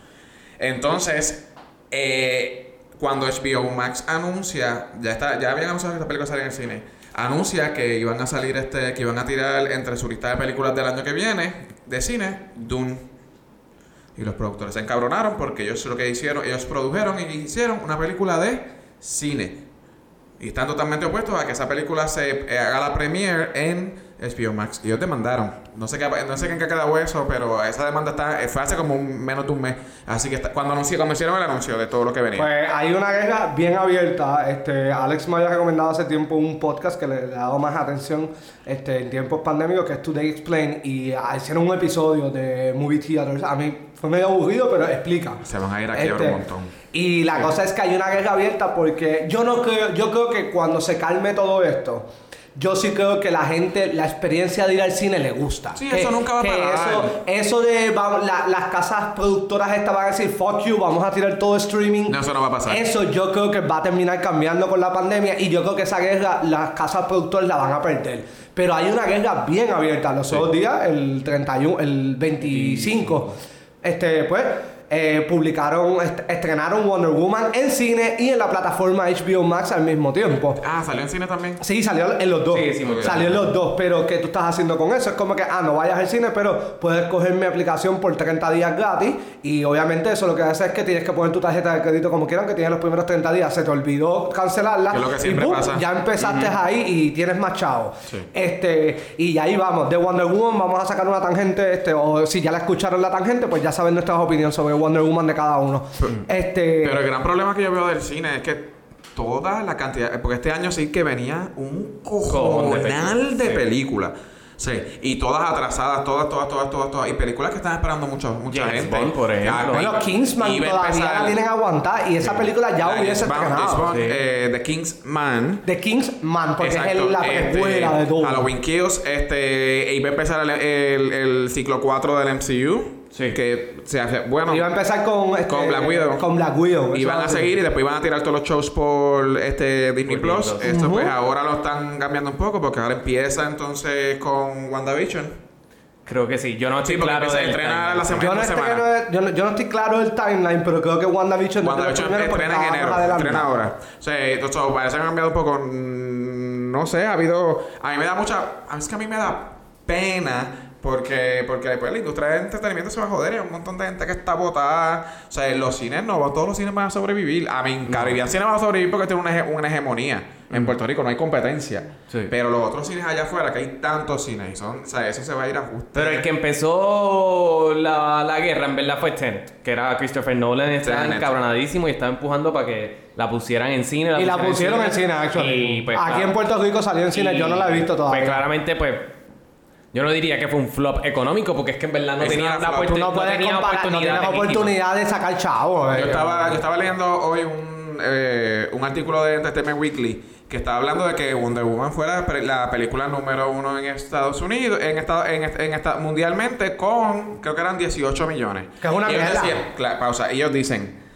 [SPEAKER 2] Entonces, eh, cuando HBO Max anuncia, ya está, ya habían anunciado que esta película salía en el cine, anuncia que iban a salir este, que iban a tirar entre su lista de películas del año que viene de cine, Dune. Y los productores se encabronaron porque ellos lo que hicieron, ellos produjeron y hicieron una película de cine. Y están totalmente opuestos a que esa película se eh, haga la premiere en HBO Max. Y ellos demandaron. No sé, qué, no sé en qué quedó eso, pero esa demanda está, eh, fue hace como un- menos de un mes. Así que está- cuando, anunció, cuando hicieron el anuncio de todo lo que venía.
[SPEAKER 3] Pues hay una guerra bien abierta. Este, Alex me había recomendado hace tiempo un podcast que le, le ha dado más atención este, en tiempos pandémicos, que es Today Explain, y ah, hicieron un episodio de Movie Theaters. A mí fue medio aburrido, pero explica.
[SPEAKER 2] Se van a ir a quiebra
[SPEAKER 3] este,
[SPEAKER 2] un montón.
[SPEAKER 3] Y la cosa es que hay una guerra abierta porque yo no creo, yo creo que cuando se calme todo esto, yo sí creo que la gente, la experiencia de ir al cine le gusta.
[SPEAKER 2] Sí,
[SPEAKER 3] Que-
[SPEAKER 2] eso nunca va a
[SPEAKER 3] que
[SPEAKER 2] parar.
[SPEAKER 3] Eso, eso de va- la- las casas productoras estas van a decir, fuck you, vamos a tirar todo streaming.
[SPEAKER 2] No, eso no va a pasar.
[SPEAKER 3] Eso yo creo que va a terminar cambiando con la pandemia y yo creo que esa guerra las casas productoras la van a perder. Pero hay una guerra bien abierta. Los otros días, el 31, el 25, este, pues, eh, publicaron, est- estrenaron Wonder Woman en cine y en la plataforma HBO Max al mismo tiempo.
[SPEAKER 2] Ah, salió en cine también.
[SPEAKER 3] Sí, salió en los dos.
[SPEAKER 1] Sí, sí, muy bien.
[SPEAKER 3] salió en los dos, pero ¿qué tú estás haciendo con eso? Es como que, ah, no vayas al cine, pero puedes coger mi aplicación por 30 días gratis. Y obviamente eso lo que hace es que tienes que poner tu tarjeta de crédito como quieran, que tienes los primeros 30 días. Se te olvidó cancelarla.
[SPEAKER 2] Que es lo que
[SPEAKER 3] y
[SPEAKER 2] siempre
[SPEAKER 3] ¡pum!
[SPEAKER 2] pasa.
[SPEAKER 3] Ya empezaste ahí y tienes más chavo. Este, y ahí vamos. De Wonder Woman vamos a sacar una tangente, este, o si ya la escucharon la tangente, pues ya saben nuestras opiniones sobre Wonder Woman de cada uno. Este.
[SPEAKER 2] Pero el gran problema que yo veo del cine es que toda la cantidad, eh, porque este año sí que venía un
[SPEAKER 1] Cojón de
[SPEAKER 2] cojonal
[SPEAKER 1] películas,
[SPEAKER 2] de
[SPEAKER 1] sí.
[SPEAKER 2] películas. Sí, y todas atrasadas, todas, todas, todas, todas, todas. Y películas que están esperando mucha, mucha
[SPEAKER 1] James
[SPEAKER 2] gente.
[SPEAKER 1] Bond, por ejemplo.
[SPEAKER 2] Ah,
[SPEAKER 3] bueno, Kingsman
[SPEAKER 2] iba a
[SPEAKER 3] todavía
[SPEAKER 2] empezar-
[SPEAKER 3] la tienen que aguantar y esa película ya
[SPEAKER 2] la
[SPEAKER 3] hubiese
[SPEAKER 2] James Bond,
[SPEAKER 3] estrenado.
[SPEAKER 2] James Bond,
[SPEAKER 1] Sí.
[SPEAKER 2] eh, The Kingsman.
[SPEAKER 3] The Kingsman, porque es
[SPEAKER 2] Exacto,
[SPEAKER 3] el- la
[SPEAKER 2] este,
[SPEAKER 3] precuela de todo.
[SPEAKER 2] Halloween Kills, este, iba a empezar el, el- el ciclo 4 del MCU.
[SPEAKER 1] Sí.
[SPEAKER 2] Que se hace, bueno.
[SPEAKER 3] Iba a empezar con, este,
[SPEAKER 2] Con Black Widow.
[SPEAKER 3] Con Black Widow.
[SPEAKER 2] Y van a
[SPEAKER 3] Exacto.
[SPEAKER 2] seguir y después van a tirar todos los shows por este Disney
[SPEAKER 1] Por
[SPEAKER 2] Plus.
[SPEAKER 1] Disney Plus.
[SPEAKER 2] Esto pues ahora lo están cambiando un poco porque ahora empieza entonces con WandaVision.
[SPEAKER 1] Creo que sí. Yo no estoy
[SPEAKER 2] Sí, porque
[SPEAKER 1] claro
[SPEAKER 2] empieza a
[SPEAKER 1] del
[SPEAKER 2] entrenar
[SPEAKER 1] timing.
[SPEAKER 2] la semana.
[SPEAKER 3] Yo no,
[SPEAKER 2] esta
[SPEAKER 3] estoy,
[SPEAKER 2] semana.
[SPEAKER 3] yo, no, yo no estoy claro del timeline, pero creo que WandaVision es de los
[SPEAKER 2] WandaVision
[SPEAKER 3] primeros porque
[SPEAKER 2] estrena en
[SPEAKER 3] estaba más
[SPEAKER 2] enero,
[SPEAKER 3] adelante.
[SPEAKER 2] estrena ahora. O sea, entonces parece que han cambiado un poco. mm, No sé, ha habido. A mí me da mucha. A mí es que a mí me da pena. Porque, porque después la industria del entretenimiento se va a joder. Hay un montón de gente que está botada. O sea, los cines no, va- todos los cines van a sobrevivir. A mí, en Caribbean Cine va a sobrevivir porque tiene una, hege- una hegemonía. En Puerto Rico no hay competencia.
[SPEAKER 1] Sí.
[SPEAKER 2] Pero los otros cines allá afuera, que hay tantos cines, y son, o sea, eso se va a ir a ajuste.
[SPEAKER 1] Pero el que empezó la, la guerra, en verdad, fue Tenet. Que era Christopher Nolan. Estaba
[SPEAKER 2] Tenet.
[SPEAKER 1] encabronadísimo y estaba empujando para que la pusieran en cine.
[SPEAKER 3] Y la pusieron en cine, actually.
[SPEAKER 1] Y, pues,
[SPEAKER 3] Aquí
[SPEAKER 1] claro.
[SPEAKER 3] en Puerto Rico salió en cine,
[SPEAKER 1] Y,
[SPEAKER 3] yo no la he visto todavía.
[SPEAKER 1] Pues claramente, pues. Yo no diría que fue un flop económico, porque es que en verdad no
[SPEAKER 2] Es
[SPEAKER 1] tenía
[SPEAKER 2] una
[SPEAKER 1] la
[SPEAKER 2] flop.
[SPEAKER 1] oportu-
[SPEAKER 3] Tú no puedes
[SPEAKER 1] tenía
[SPEAKER 3] comparar, no
[SPEAKER 1] oportunidad
[SPEAKER 3] tienes
[SPEAKER 1] de equipo.
[SPEAKER 3] oportunidad de sacar chavo. eh.
[SPEAKER 2] Yo estaba, yo estaba leyendo hoy un, eh, un artículo de Entertainment Weekly que estaba hablando de que Wonder Woman fuera la pe- la película número uno en Estados Unidos, en Estados en, est- en esta- mundialmente con, creo que eran 18 millones.
[SPEAKER 3] Que es una
[SPEAKER 2] Y ellos
[SPEAKER 3] mierda.
[SPEAKER 2] decían- cla- pausa, ellos dicen,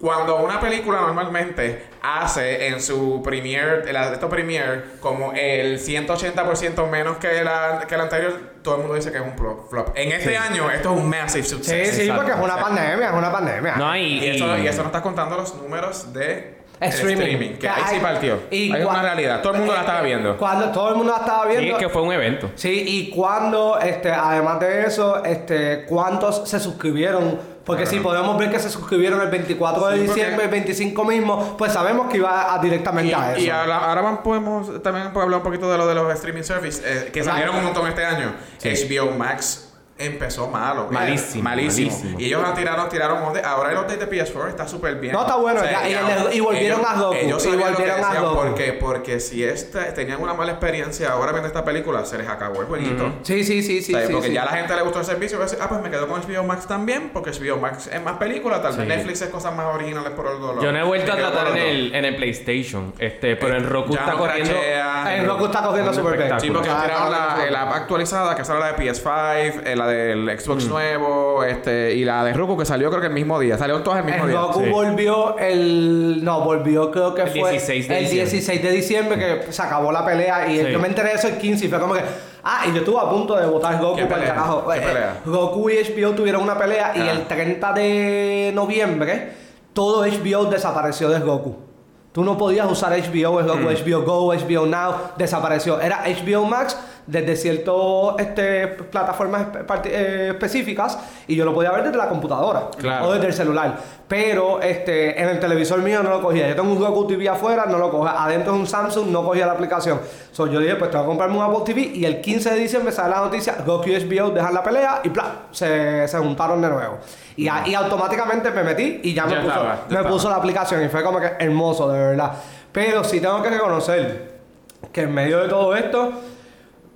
[SPEAKER 2] cuando una película normalmente hace en su premiere, el esto premiere, como el 180% menos que la, que la anterior, todo el mundo dice que es un plo- flop. En este año, esto es un massive
[SPEAKER 3] Sí,
[SPEAKER 2] success.
[SPEAKER 3] sí,
[SPEAKER 1] Exacto.
[SPEAKER 3] porque es una pandemia, es una pandemia.
[SPEAKER 1] No, y,
[SPEAKER 2] Y eso, y eso no está contando los números de el streaming. que ahí sí partió.
[SPEAKER 3] y
[SPEAKER 2] Hay
[SPEAKER 3] cua- Eh,
[SPEAKER 2] una realidad. Todo el mundo la estaba viendo.
[SPEAKER 3] Cuando todo el mundo la estaba
[SPEAKER 1] Sí,
[SPEAKER 3] viendo.
[SPEAKER 1] es que fue un evento.
[SPEAKER 3] Sí, y cuando, este, además de eso, este, ¿cuántos se suscribieron? Porque si podemos ver que se suscribieron el 24 de
[SPEAKER 2] Sí, porque-
[SPEAKER 3] diciembre, el 25 mismo, pues sabemos que iba a- directamente
[SPEAKER 2] Y,
[SPEAKER 3] a eso.
[SPEAKER 2] y ahora, ahora vamos- podemos también hablar un poquito de lo de los streaming services eh, que salieron un montón este año. HBO Max empezó malo. eh,
[SPEAKER 1] Malísimo,
[SPEAKER 2] malísimo.
[SPEAKER 1] malísimo.
[SPEAKER 2] Y ellos la tiraron, tiraron update. Ahora el update de PS4 está súper bien.
[SPEAKER 3] No, está bueno, ya, y
[SPEAKER 2] ya-
[SPEAKER 3] el- y volvieron
[SPEAKER 2] ellos-
[SPEAKER 3] a Goku,
[SPEAKER 2] Ellos
[SPEAKER 3] y
[SPEAKER 2] sabían lo que
[SPEAKER 3] volvieron a
[SPEAKER 2] decían,
[SPEAKER 3] Goku.
[SPEAKER 2] ¿por qué? Porque si esta, tenían una mala experiencia ahora viendo esta película, se les acabó el jueguito.
[SPEAKER 3] Sí, sí, sí, sí.
[SPEAKER 2] ¿Sabes?
[SPEAKER 3] sí,
[SPEAKER 2] porque
[SPEAKER 3] sí.
[SPEAKER 2] ya a la gente le gustó el servicio. va a decir, ah, pues me quedo con HBO Max también, porque HBO Max es más película. Tal vez
[SPEAKER 1] Sí.
[SPEAKER 2] Netflix es cosas más originales por el dolor.
[SPEAKER 1] Yo no he vuelto a
[SPEAKER 2] Me quedo
[SPEAKER 1] tratar
[SPEAKER 2] con
[SPEAKER 1] en
[SPEAKER 2] los dos.
[SPEAKER 1] el, en el PlayStation, este, pero en Roku
[SPEAKER 2] Eh, Ya
[SPEAKER 1] está
[SPEAKER 2] no
[SPEAKER 1] corriendo. Ah,
[SPEAKER 2] crashea,
[SPEAKER 3] El Roku está cogiendo
[SPEAKER 1] Un
[SPEAKER 3] súper bien.
[SPEAKER 1] espectáculo.
[SPEAKER 2] Sí, porque
[SPEAKER 3] Ah,
[SPEAKER 2] tiraron
[SPEAKER 3] ah,
[SPEAKER 2] la,
[SPEAKER 3] ah,
[SPEAKER 2] el app actualizada, que sale la de PS5, eh, la del
[SPEAKER 1] Mm.
[SPEAKER 2] Xbox nuevo, este, y la de Roku, que salió creo que el mismo día. Salieron todas el mismo
[SPEAKER 3] El
[SPEAKER 2] día.
[SPEAKER 3] Goku
[SPEAKER 1] Sí.
[SPEAKER 3] volvió el. No, volvió creo que
[SPEAKER 1] El
[SPEAKER 3] fue.
[SPEAKER 1] 16 de
[SPEAKER 3] el
[SPEAKER 1] diciembre.
[SPEAKER 3] 16 de diciembre que se acabó la pelea. Y
[SPEAKER 1] Sí.
[SPEAKER 3] yo me enteré de eso el 15 y fue como que. Ah, y yo estuve a punto de votar Goku
[SPEAKER 2] ¿Qué
[SPEAKER 3] para el
[SPEAKER 2] pelea?
[SPEAKER 3] carajo. Eh,
[SPEAKER 2] ¿Qué pelea?
[SPEAKER 3] Goku y HBO tuvieron una pelea y
[SPEAKER 2] Ah.
[SPEAKER 3] el 30 de noviembre todo HBO desapareció de Goku. Tú no podías usar HBO, es
[SPEAKER 1] Mm.
[SPEAKER 3] Goku, HBO Go, HBO Now, desapareció. Era HBO Max desde ciertas este, plataformas espe- parti- eh, específicas y yo lo podía ver desde la computadora
[SPEAKER 1] Claro.
[SPEAKER 3] o desde el celular. Pero este, en el televisor mío no lo cogía. Yo tengo un Goku TV afuera, no lo cogía. Adentro es un Samsung, no cogía la aplicación. So, yo dije, pues tengo que comprarme un Apple TV y el 15 de diciembre sale la noticia, Goku y HBO dejan la pelea y bla, se, se juntaron de nuevo. Y, a- y automáticamente me metí y ya me,
[SPEAKER 2] Ya
[SPEAKER 3] puso,
[SPEAKER 2] estaba, ya
[SPEAKER 3] me
[SPEAKER 2] estaba.
[SPEAKER 3] puso la aplicación y fue como que hermoso, de verdad. Pero sí tengo que reconocer que en medio de todo esto,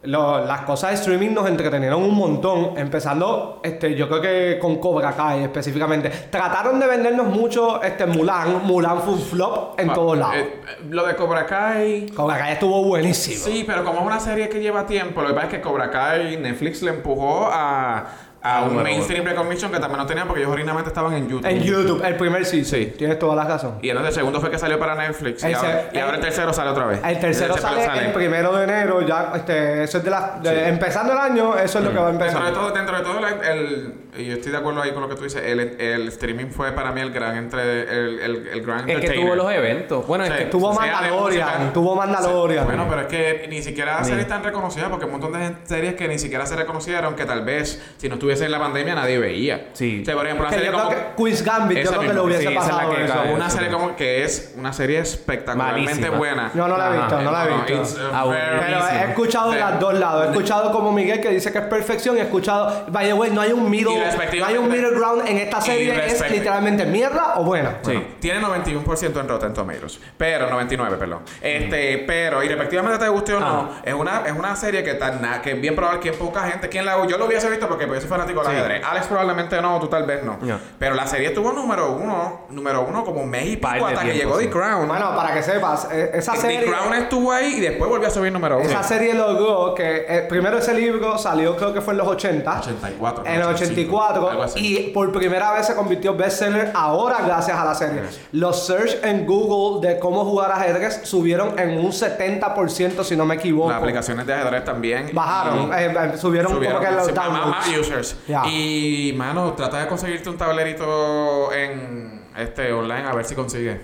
[SPEAKER 3] lo- las cosas de streaming nos entretenieron un montón, empezando, este, yo creo que con Cobra Kai específicamente. Trataron de vendernos mucho este Mulan, Mulan fue un flop en
[SPEAKER 2] Ah,
[SPEAKER 3] todos lados.
[SPEAKER 2] eh, eh, lo de Cobra Kai.
[SPEAKER 3] Cobra Kai estuvo buenísimo.
[SPEAKER 2] Sí, pero como es una serie que lleva tiempo, lo que pasa es que Cobra Kai, Netflix le empujó a, a
[SPEAKER 1] Ah,
[SPEAKER 2] un
[SPEAKER 1] bueno,
[SPEAKER 2] mainstream recognition que también no tenían porque ellos originalmente estaban en YouTube.
[SPEAKER 3] En YouTube, el primer sí,
[SPEAKER 2] Sí.
[SPEAKER 3] Tienes toda la razón.
[SPEAKER 2] Y entonces el segundo fue que salió para Netflix.
[SPEAKER 3] El
[SPEAKER 2] y, ahora,
[SPEAKER 3] se-
[SPEAKER 2] y ahora el tercero sale otra vez.
[SPEAKER 3] El tercero sale, el primero de enero, ya, este, eso es de las... de- empezando el año, eso es lo que va a
[SPEAKER 2] Dentro de
[SPEAKER 3] empezar.
[SPEAKER 2] todo, dentro de todo el, el- y yo estoy de acuerdo ahí con lo que tú dices, el, el streaming fue para mí el gran entre el, el, el gran
[SPEAKER 1] Es que
[SPEAKER 2] entertainer.
[SPEAKER 1] tuvo los eventos. Bueno, es
[SPEAKER 2] Sí.
[SPEAKER 1] que
[SPEAKER 3] Tuvo
[SPEAKER 2] sea de
[SPEAKER 3] Mandalorian,
[SPEAKER 2] música-
[SPEAKER 3] tuvo Mandalorian.
[SPEAKER 2] Bueno, pero es que ni siquiera series tan reconocidas, porque un montón de gen- series que ni siquiera se reconocieron, que tal vez si no estuviese en la pandemia nadie veía.
[SPEAKER 1] Sí.
[SPEAKER 2] O sea, por ejemplo, una
[SPEAKER 3] Que
[SPEAKER 2] serie
[SPEAKER 3] yo
[SPEAKER 2] como...
[SPEAKER 3] creo que Quiz Gambit, yo
[SPEAKER 2] Esa
[SPEAKER 3] creo que
[SPEAKER 2] misma,
[SPEAKER 3] lo hubiese
[SPEAKER 1] sí, esa es la
[SPEAKER 3] pasado
[SPEAKER 1] que
[SPEAKER 3] eso.
[SPEAKER 1] cae.
[SPEAKER 2] Una serie como que es una serie espectacularmente
[SPEAKER 1] Malísima.
[SPEAKER 2] buena.
[SPEAKER 3] Yo no la he
[SPEAKER 1] Ajá.
[SPEAKER 3] visto, no la he
[SPEAKER 2] No,
[SPEAKER 3] visto.
[SPEAKER 2] it's, uh,
[SPEAKER 1] Aburridísima.
[SPEAKER 2] very-
[SPEAKER 3] Pero he escuchado de
[SPEAKER 2] Sí.
[SPEAKER 3] los dos lados. He escuchado como Miguel que dice que es perfección y he escuchado, by the way, no hay un middle,
[SPEAKER 2] Y
[SPEAKER 3] no hay
[SPEAKER 2] respectivamente-
[SPEAKER 3] un middle ground en esta
[SPEAKER 2] y
[SPEAKER 3] serie, es
[SPEAKER 2] respect-
[SPEAKER 3] literalmente mierda o buena.
[SPEAKER 1] Sí.
[SPEAKER 2] Bueno, Tiene 91% en Rotten Tomatoes. Pero, 99, perdón. Este, pero, y respectivamente te guste o no,
[SPEAKER 1] Ah.
[SPEAKER 2] es una, es una serie que tan na- que es bien probable que poca gente. ¿Quién la Yo lo hubiese visto porque pues, yo soy fanático del
[SPEAKER 1] Sí.
[SPEAKER 2] ajedrez. Alex probablemente no, tú tal vez no.
[SPEAKER 1] Ya.
[SPEAKER 2] Pero la serie tuvo número uno, número uno como un mes y pico
[SPEAKER 1] Par de
[SPEAKER 2] hasta que
[SPEAKER 1] tiempo,
[SPEAKER 2] llegó
[SPEAKER 1] sí.
[SPEAKER 2] The Crown.
[SPEAKER 3] Bueno, para que sepas, eh, esa
[SPEAKER 2] The
[SPEAKER 3] serie...
[SPEAKER 2] Crown estuvo ahí y después volvió a subir número uno.
[SPEAKER 3] Esa serie logró que eh, primero ese libro salió creo que fue en los 80.
[SPEAKER 2] 84,
[SPEAKER 3] En el
[SPEAKER 2] 85,
[SPEAKER 3] 84.
[SPEAKER 2] algo así.
[SPEAKER 3] y por primera vez se convirtió en bestseller ahora gracias a la serie. Los search en Google de cómo jugar ajedrez subieron en un 70% si no me equivoco.
[SPEAKER 2] Las aplicaciones de ajedrez también.
[SPEAKER 3] Bajaron,
[SPEAKER 2] Y-
[SPEAKER 3] eh, eh, subieron,
[SPEAKER 2] Subieron
[SPEAKER 3] como que los
[SPEAKER 2] sí, más- más- más
[SPEAKER 3] downloads.
[SPEAKER 2] users.
[SPEAKER 3] Ya.
[SPEAKER 2] Y, mano, trata de conseguirte un tablerito en este online a ver si consigues.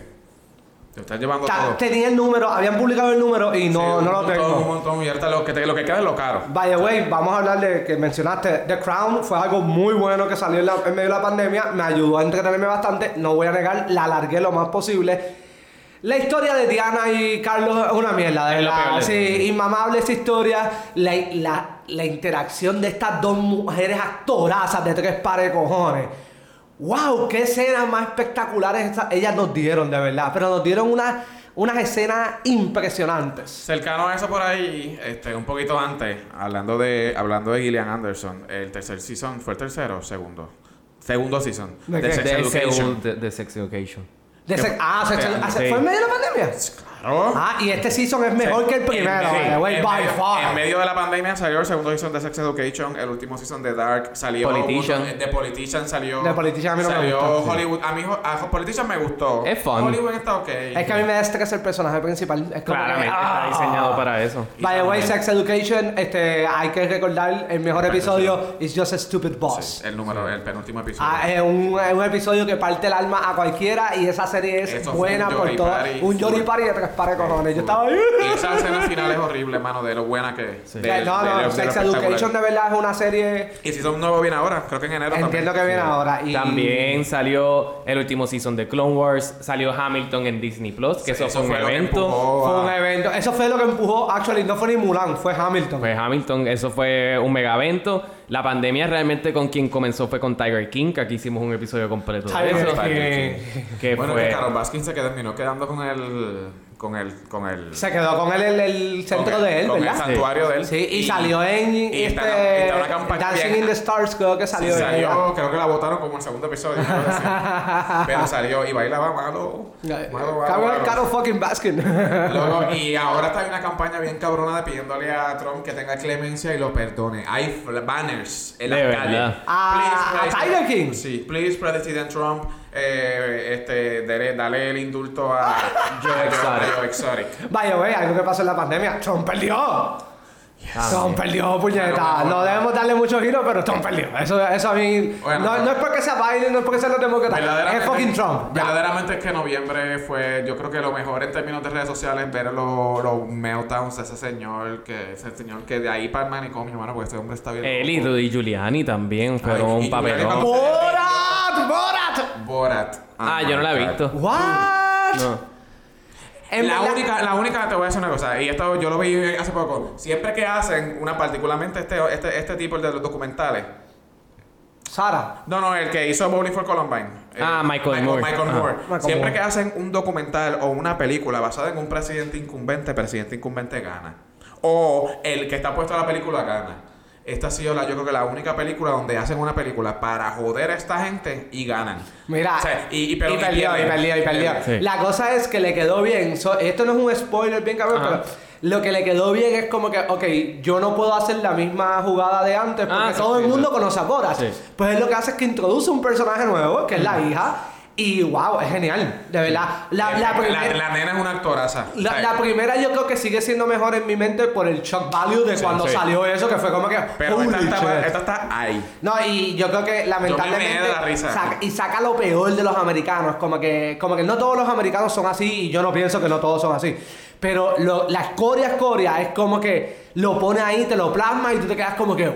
[SPEAKER 2] Te estás llevando
[SPEAKER 3] Ta-
[SPEAKER 2] todo.
[SPEAKER 3] Tenía el número, habían publicado el número y no,
[SPEAKER 2] Sí,
[SPEAKER 3] no
[SPEAKER 2] un
[SPEAKER 3] lo
[SPEAKER 2] montón, Un
[SPEAKER 3] tengo.
[SPEAKER 2] montón, y ahorita lo que, te- lo que queda es lo caro.
[SPEAKER 3] By the way, vamos a hablar de que mencionaste The Crown, fue algo muy bueno que salió en, la- en medio de la pandemia, me ayudó a entretenerme bastante, no voy a negar, la alargué lo más posible. La historia de Diana y Carlos es una mierda, de
[SPEAKER 1] Es lo
[SPEAKER 3] verdad.
[SPEAKER 1] peor de
[SPEAKER 3] Sí,
[SPEAKER 1] todo.
[SPEAKER 3] inmamable esa historia, la, la- la interacción de estas dos mujeres actorazas de tres pares de cojones. ¡Wow! ¡Qué escenas más espectaculares esas- ellas nos dieron, de verdad! Pero nos dieron unas- unas escenas impresionantes.
[SPEAKER 2] Cercano a eso por ahí, este, un poquito antes, hablando de, hablando de Gillian Anderson, el tercer season, ¿fue el tercero o segundo? Segundo season.
[SPEAKER 3] ¿De qué?
[SPEAKER 2] Sex
[SPEAKER 1] de,
[SPEAKER 2] Education.
[SPEAKER 1] Seúl, de, de Sex Education.
[SPEAKER 3] De
[SPEAKER 2] Que-
[SPEAKER 3] sex- ah, sex-
[SPEAKER 2] que-
[SPEAKER 3] ah, se-
[SPEAKER 1] sí.
[SPEAKER 3] ¿Fue en medio de la pandemia?
[SPEAKER 2] Claro.
[SPEAKER 3] Ah, y este season es mejor que el primero,
[SPEAKER 2] En medio-
[SPEAKER 3] by the way,
[SPEAKER 2] en
[SPEAKER 3] by
[SPEAKER 2] medio-
[SPEAKER 3] far.
[SPEAKER 2] En medio de la pandemia salió el segundo season de Sex Education, el último season de Dark, salió
[SPEAKER 1] Politician.
[SPEAKER 2] de Politician salió.
[SPEAKER 3] The Politician a mí no me
[SPEAKER 2] salió
[SPEAKER 3] gustó.
[SPEAKER 2] Hollywood, a mí Ho- a Ho- Politician me gustó.
[SPEAKER 1] Es fun.
[SPEAKER 2] Hollywood está ok.
[SPEAKER 3] Es que a mí me da estrés el personaje principal. Es como
[SPEAKER 1] Claramente
[SPEAKER 3] que, ah.
[SPEAKER 1] está diseñado para eso.
[SPEAKER 3] By the way, Sex Education, este, hay que recordar el mejor episodio is Just a Stupid Boss.
[SPEAKER 2] el número, el penúltimo episodio.
[SPEAKER 3] Ah, es, un, es un episodio que parte el alma a cualquiera y esa serie es
[SPEAKER 2] Eso fue
[SPEAKER 3] buena
[SPEAKER 2] un
[SPEAKER 3] por
[SPEAKER 2] Jory
[SPEAKER 3] todo.
[SPEAKER 2] Party.
[SPEAKER 3] un Jory Party de tres pares de cojones. Yo estaba ahí.
[SPEAKER 2] Y esa escena final es horrible, mano, de lo buena que es. De- de-
[SPEAKER 3] no, no,
[SPEAKER 2] de- de lo
[SPEAKER 3] Sex
[SPEAKER 2] espectacular.
[SPEAKER 3] Education de verdad es una serie.
[SPEAKER 2] Y si son nuevo viene ahora, creo que en enero
[SPEAKER 3] Entiendo que
[SPEAKER 2] también.
[SPEAKER 3] viene ahora. Y
[SPEAKER 1] También salió el último season de Clone Wars, salió Hamilton en Disney Plus, que eso,
[SPEAKER 2] eso
[SPEAKER 1] fue un
[SPEAKER 2] fue lo que
[SPEAKER 1] evento.
[SPEAKER 2] empujó.
[SPEAKER 3] Fue un evento. Eso fue lo que empujó, actually, no fue ni Mulan, fue Hamilton.
[SPEAKER 1] Fue Hamilton, eso fue un mega evento. La pandemia realmente con quien comenzó fue con Tiger King, que aquí hicimos un episodio completo de
[SPEAKER 3] Tiger
[SPEAKER 1] eso.
[SPEAKER 3] King.
[SPEAKER 1] Que
[SPEAKER 2] Bueno,
[SPEAKER 1] fue
[SPEAKER 2] que Carol Baskin se quedó- terminó quedando con el. con el. con el.
[SPEAKER 3] Se quedó con él el, el centro
[SPEAKER 2] con el-
[SPEAKER 3] de él,
[SPEAKER 2] con el
[SPEAKER 3] ¿verdad?
[SPEAKER 2] santuario de él.
[SPEAKER 3] Sí, y, salió en
[SPEAKER 2] y está-
[SPEAKER 3] este,
[SPEAKER 2] está una campaña
[SPEAKER 3] Dancing
[SPEAKER 2] bien-
[SPEAKER 3] in the Stars, creo que
[SPEAKER 2] Sí,
[SPEAKER 3] salió. en
[SPEAKER 2] salió,
[SPEAKER 3] ella.
[SPEAKER 2] creo que la votaron como el segundo episodio. una cosa así. Pero salió y bailaba malo. Malo, malo,
[SPEAKER 3] Cabrón,
[SPEAKER 2] malo.
[SPEAKER 3] Carol fucking Baskin.
[SPEAKER 2] Luego, y ahora está en una campaña bien cabrona de pidiéndole a Trump que tenga clemencia y lo perdone. Hay fl- banners en la
[SPEAKER 1] De
[SPEAKER 2] calle.
[SPEAKER 1] verdad.
[SPEAKER 3] Ah,
[SPEAKER 2] Please,
[SPEAKER 3] ¿a
[SPEAKER 2] President-
[SPEAKER 3] Tiger King?
[SPEAKER 2] Sí, please, President Trump, eh, este, dele, dale el indulto a
[SPEAKER 1] Joe Exotic.
[SPEAKER 2] a Joe Exotic.
[SPEAKER 3] Vaya, güey, algo que pasó en la pandemia. Trump perdió. Trump perdió, puñeta.
[SPEAKER 2] Bueno, bueno,
[SPEAKER 3] No
[SPEAKER 2] bueno.
[SPEAKER 3] debemos darle mucho giro, pero Trump perdió. Eso, eso a mí.
[SPEAKER 2] Bueno,
[SPEAKER 3] no,
[SPEAKER 2] pero-
[SPEAKER 3] no es porque sea Biden, no es porque sea los demócratas. Es
[SPEAKER 2] Verdaderamente-
[SPEAKER 3] fucking Trump. Ya.
[SPEAKER 2] Verdaderamente es que noviembre fue, yo creo que lo mejor en términos de redes sociales, ver los los meltdowns de ese señor, que ese señor que de ahí para el manicomio, hermano, porque este hombre está bien.
[SPEAKER 1] él y,
[SPEAKER 2] loco.
[SPEAKER 1] y Giuliani también, fueron
[SPEAKER 2] Ay,
[SPEAKER 1] un
[SPEAKER 2] y Giuliani
[SPEAKER 1] papelón.
[SPEAKER 2] cuando-
[SPEAKER 3] ¡Borat! ¡Borat!
[SPEAKER 2] Borat.
[SPEAKER 1] Ah,
[SPEAKER 2] Oh
[SPEAKER 1] yo no
[SPEAKER 2] my
[SPEAKER 1] la he
[SPEAKER 2] God.
[SPEAKER 1] visto.
[SPEAKER 3] ¿What?
[SPEAKER 1] No.
[SPEAKER 3] En
[SPEAKER 2] la
[SPEAKER 3] verdad-
[SPEAKER 2] única, la única, te voy a decir una cosa, y esto yo lo vi hace poco. Siempre que hacen una, particularmente este, este, este tipo el de los documentales.
[SPEAKER 3] Sara.
[SPEAKER 2] No, no, el que hizo Bowling for Columbine. Eh,
[SPEAKER 1] Ah, Michael Moore.
[SPEAKER 2] Michael
[SPEAKER 1] Ajá.
[SPEAKER 2] Moore.
[SPEAKER 3] Michael
[SPEAKER 2] Siempre
[SPEAKER 3] Moore.
[SPEAKER 2] que hacen un documental o una película basada en un presidente incumbente, el presidente incumbente gana. O el que está puesto a la película gana. Esta ha sido la, yo creo que la única película donde hacen una película para joder a esta gente y ganan.
[SPEAKER 3] Mira,
[SPEAKER 2] O sea, y, y, pero-
[SPEAKER 3] y perdió, y
[SPEAKER 2] pierden.
[SPEAKER 3] perdió, y perdió.
[SPEAKER 1] Sí.
[SPEAKER 3] La cosa es que le quedó bien. So, esto no es un spoiler bien cabrón,
[SPEAKER 1] Ajá.
[SPEAKER 3] pero lo que le quedó bien es como que, ok, yo no puedo hacer la misma jugada de antes porque
[SPEAKER 1] Ah, sí,
[SPEAKER 3] todo el
[SPEAKER 1] sí,
[SPEAKER 3] mundo
[SPEAKER 1] sí.
[SPEAKER 3] conoce a Borat.
[SPEAKER 1] Sí.
[SPEAKER 3] Pues él lo que hace es que introduce un personaje nuevo, que es la hija, y wow, es genial, de verdad. La,
[SPEAKER 2] Eh,
[SPEAKER 3] la
[SPEAKER 2] la,
[SPEAKER 3] primer-
[SPEAKER 2] la nena es una actoraza. O
[SPEAKER 3] la-
[SPEAKER 2] sea,
[SPEAKER 3] la primera yo creo que sigue siendo mejor en mi mente por el shock value de
[SPEAKER 2] Sí,
[SPEAKER 3] cuando
[SPEAKER 1] sí.
[SPEAKER 3] salió eso, que fue como que...
[SPEAKER 2] Pero
[SPEAKER 3] "Holy
[SPEAKER 2] esta
[SPEAKER 3] shit".
[SPEAKER 2] está, esta está ahí.
[SPEAKER 3] No, y yo creo que lamentablemente
[SPEAKER 2] meé de la risa.
[SPEAKER 3] saca- y saca lo peor de los americanos, como que como que no todos los americanos son así y yo no pienso que no todos son así. Pero lo- la escoria escoria es como que lo pone ahí, te lo plasma y tú te quedas como que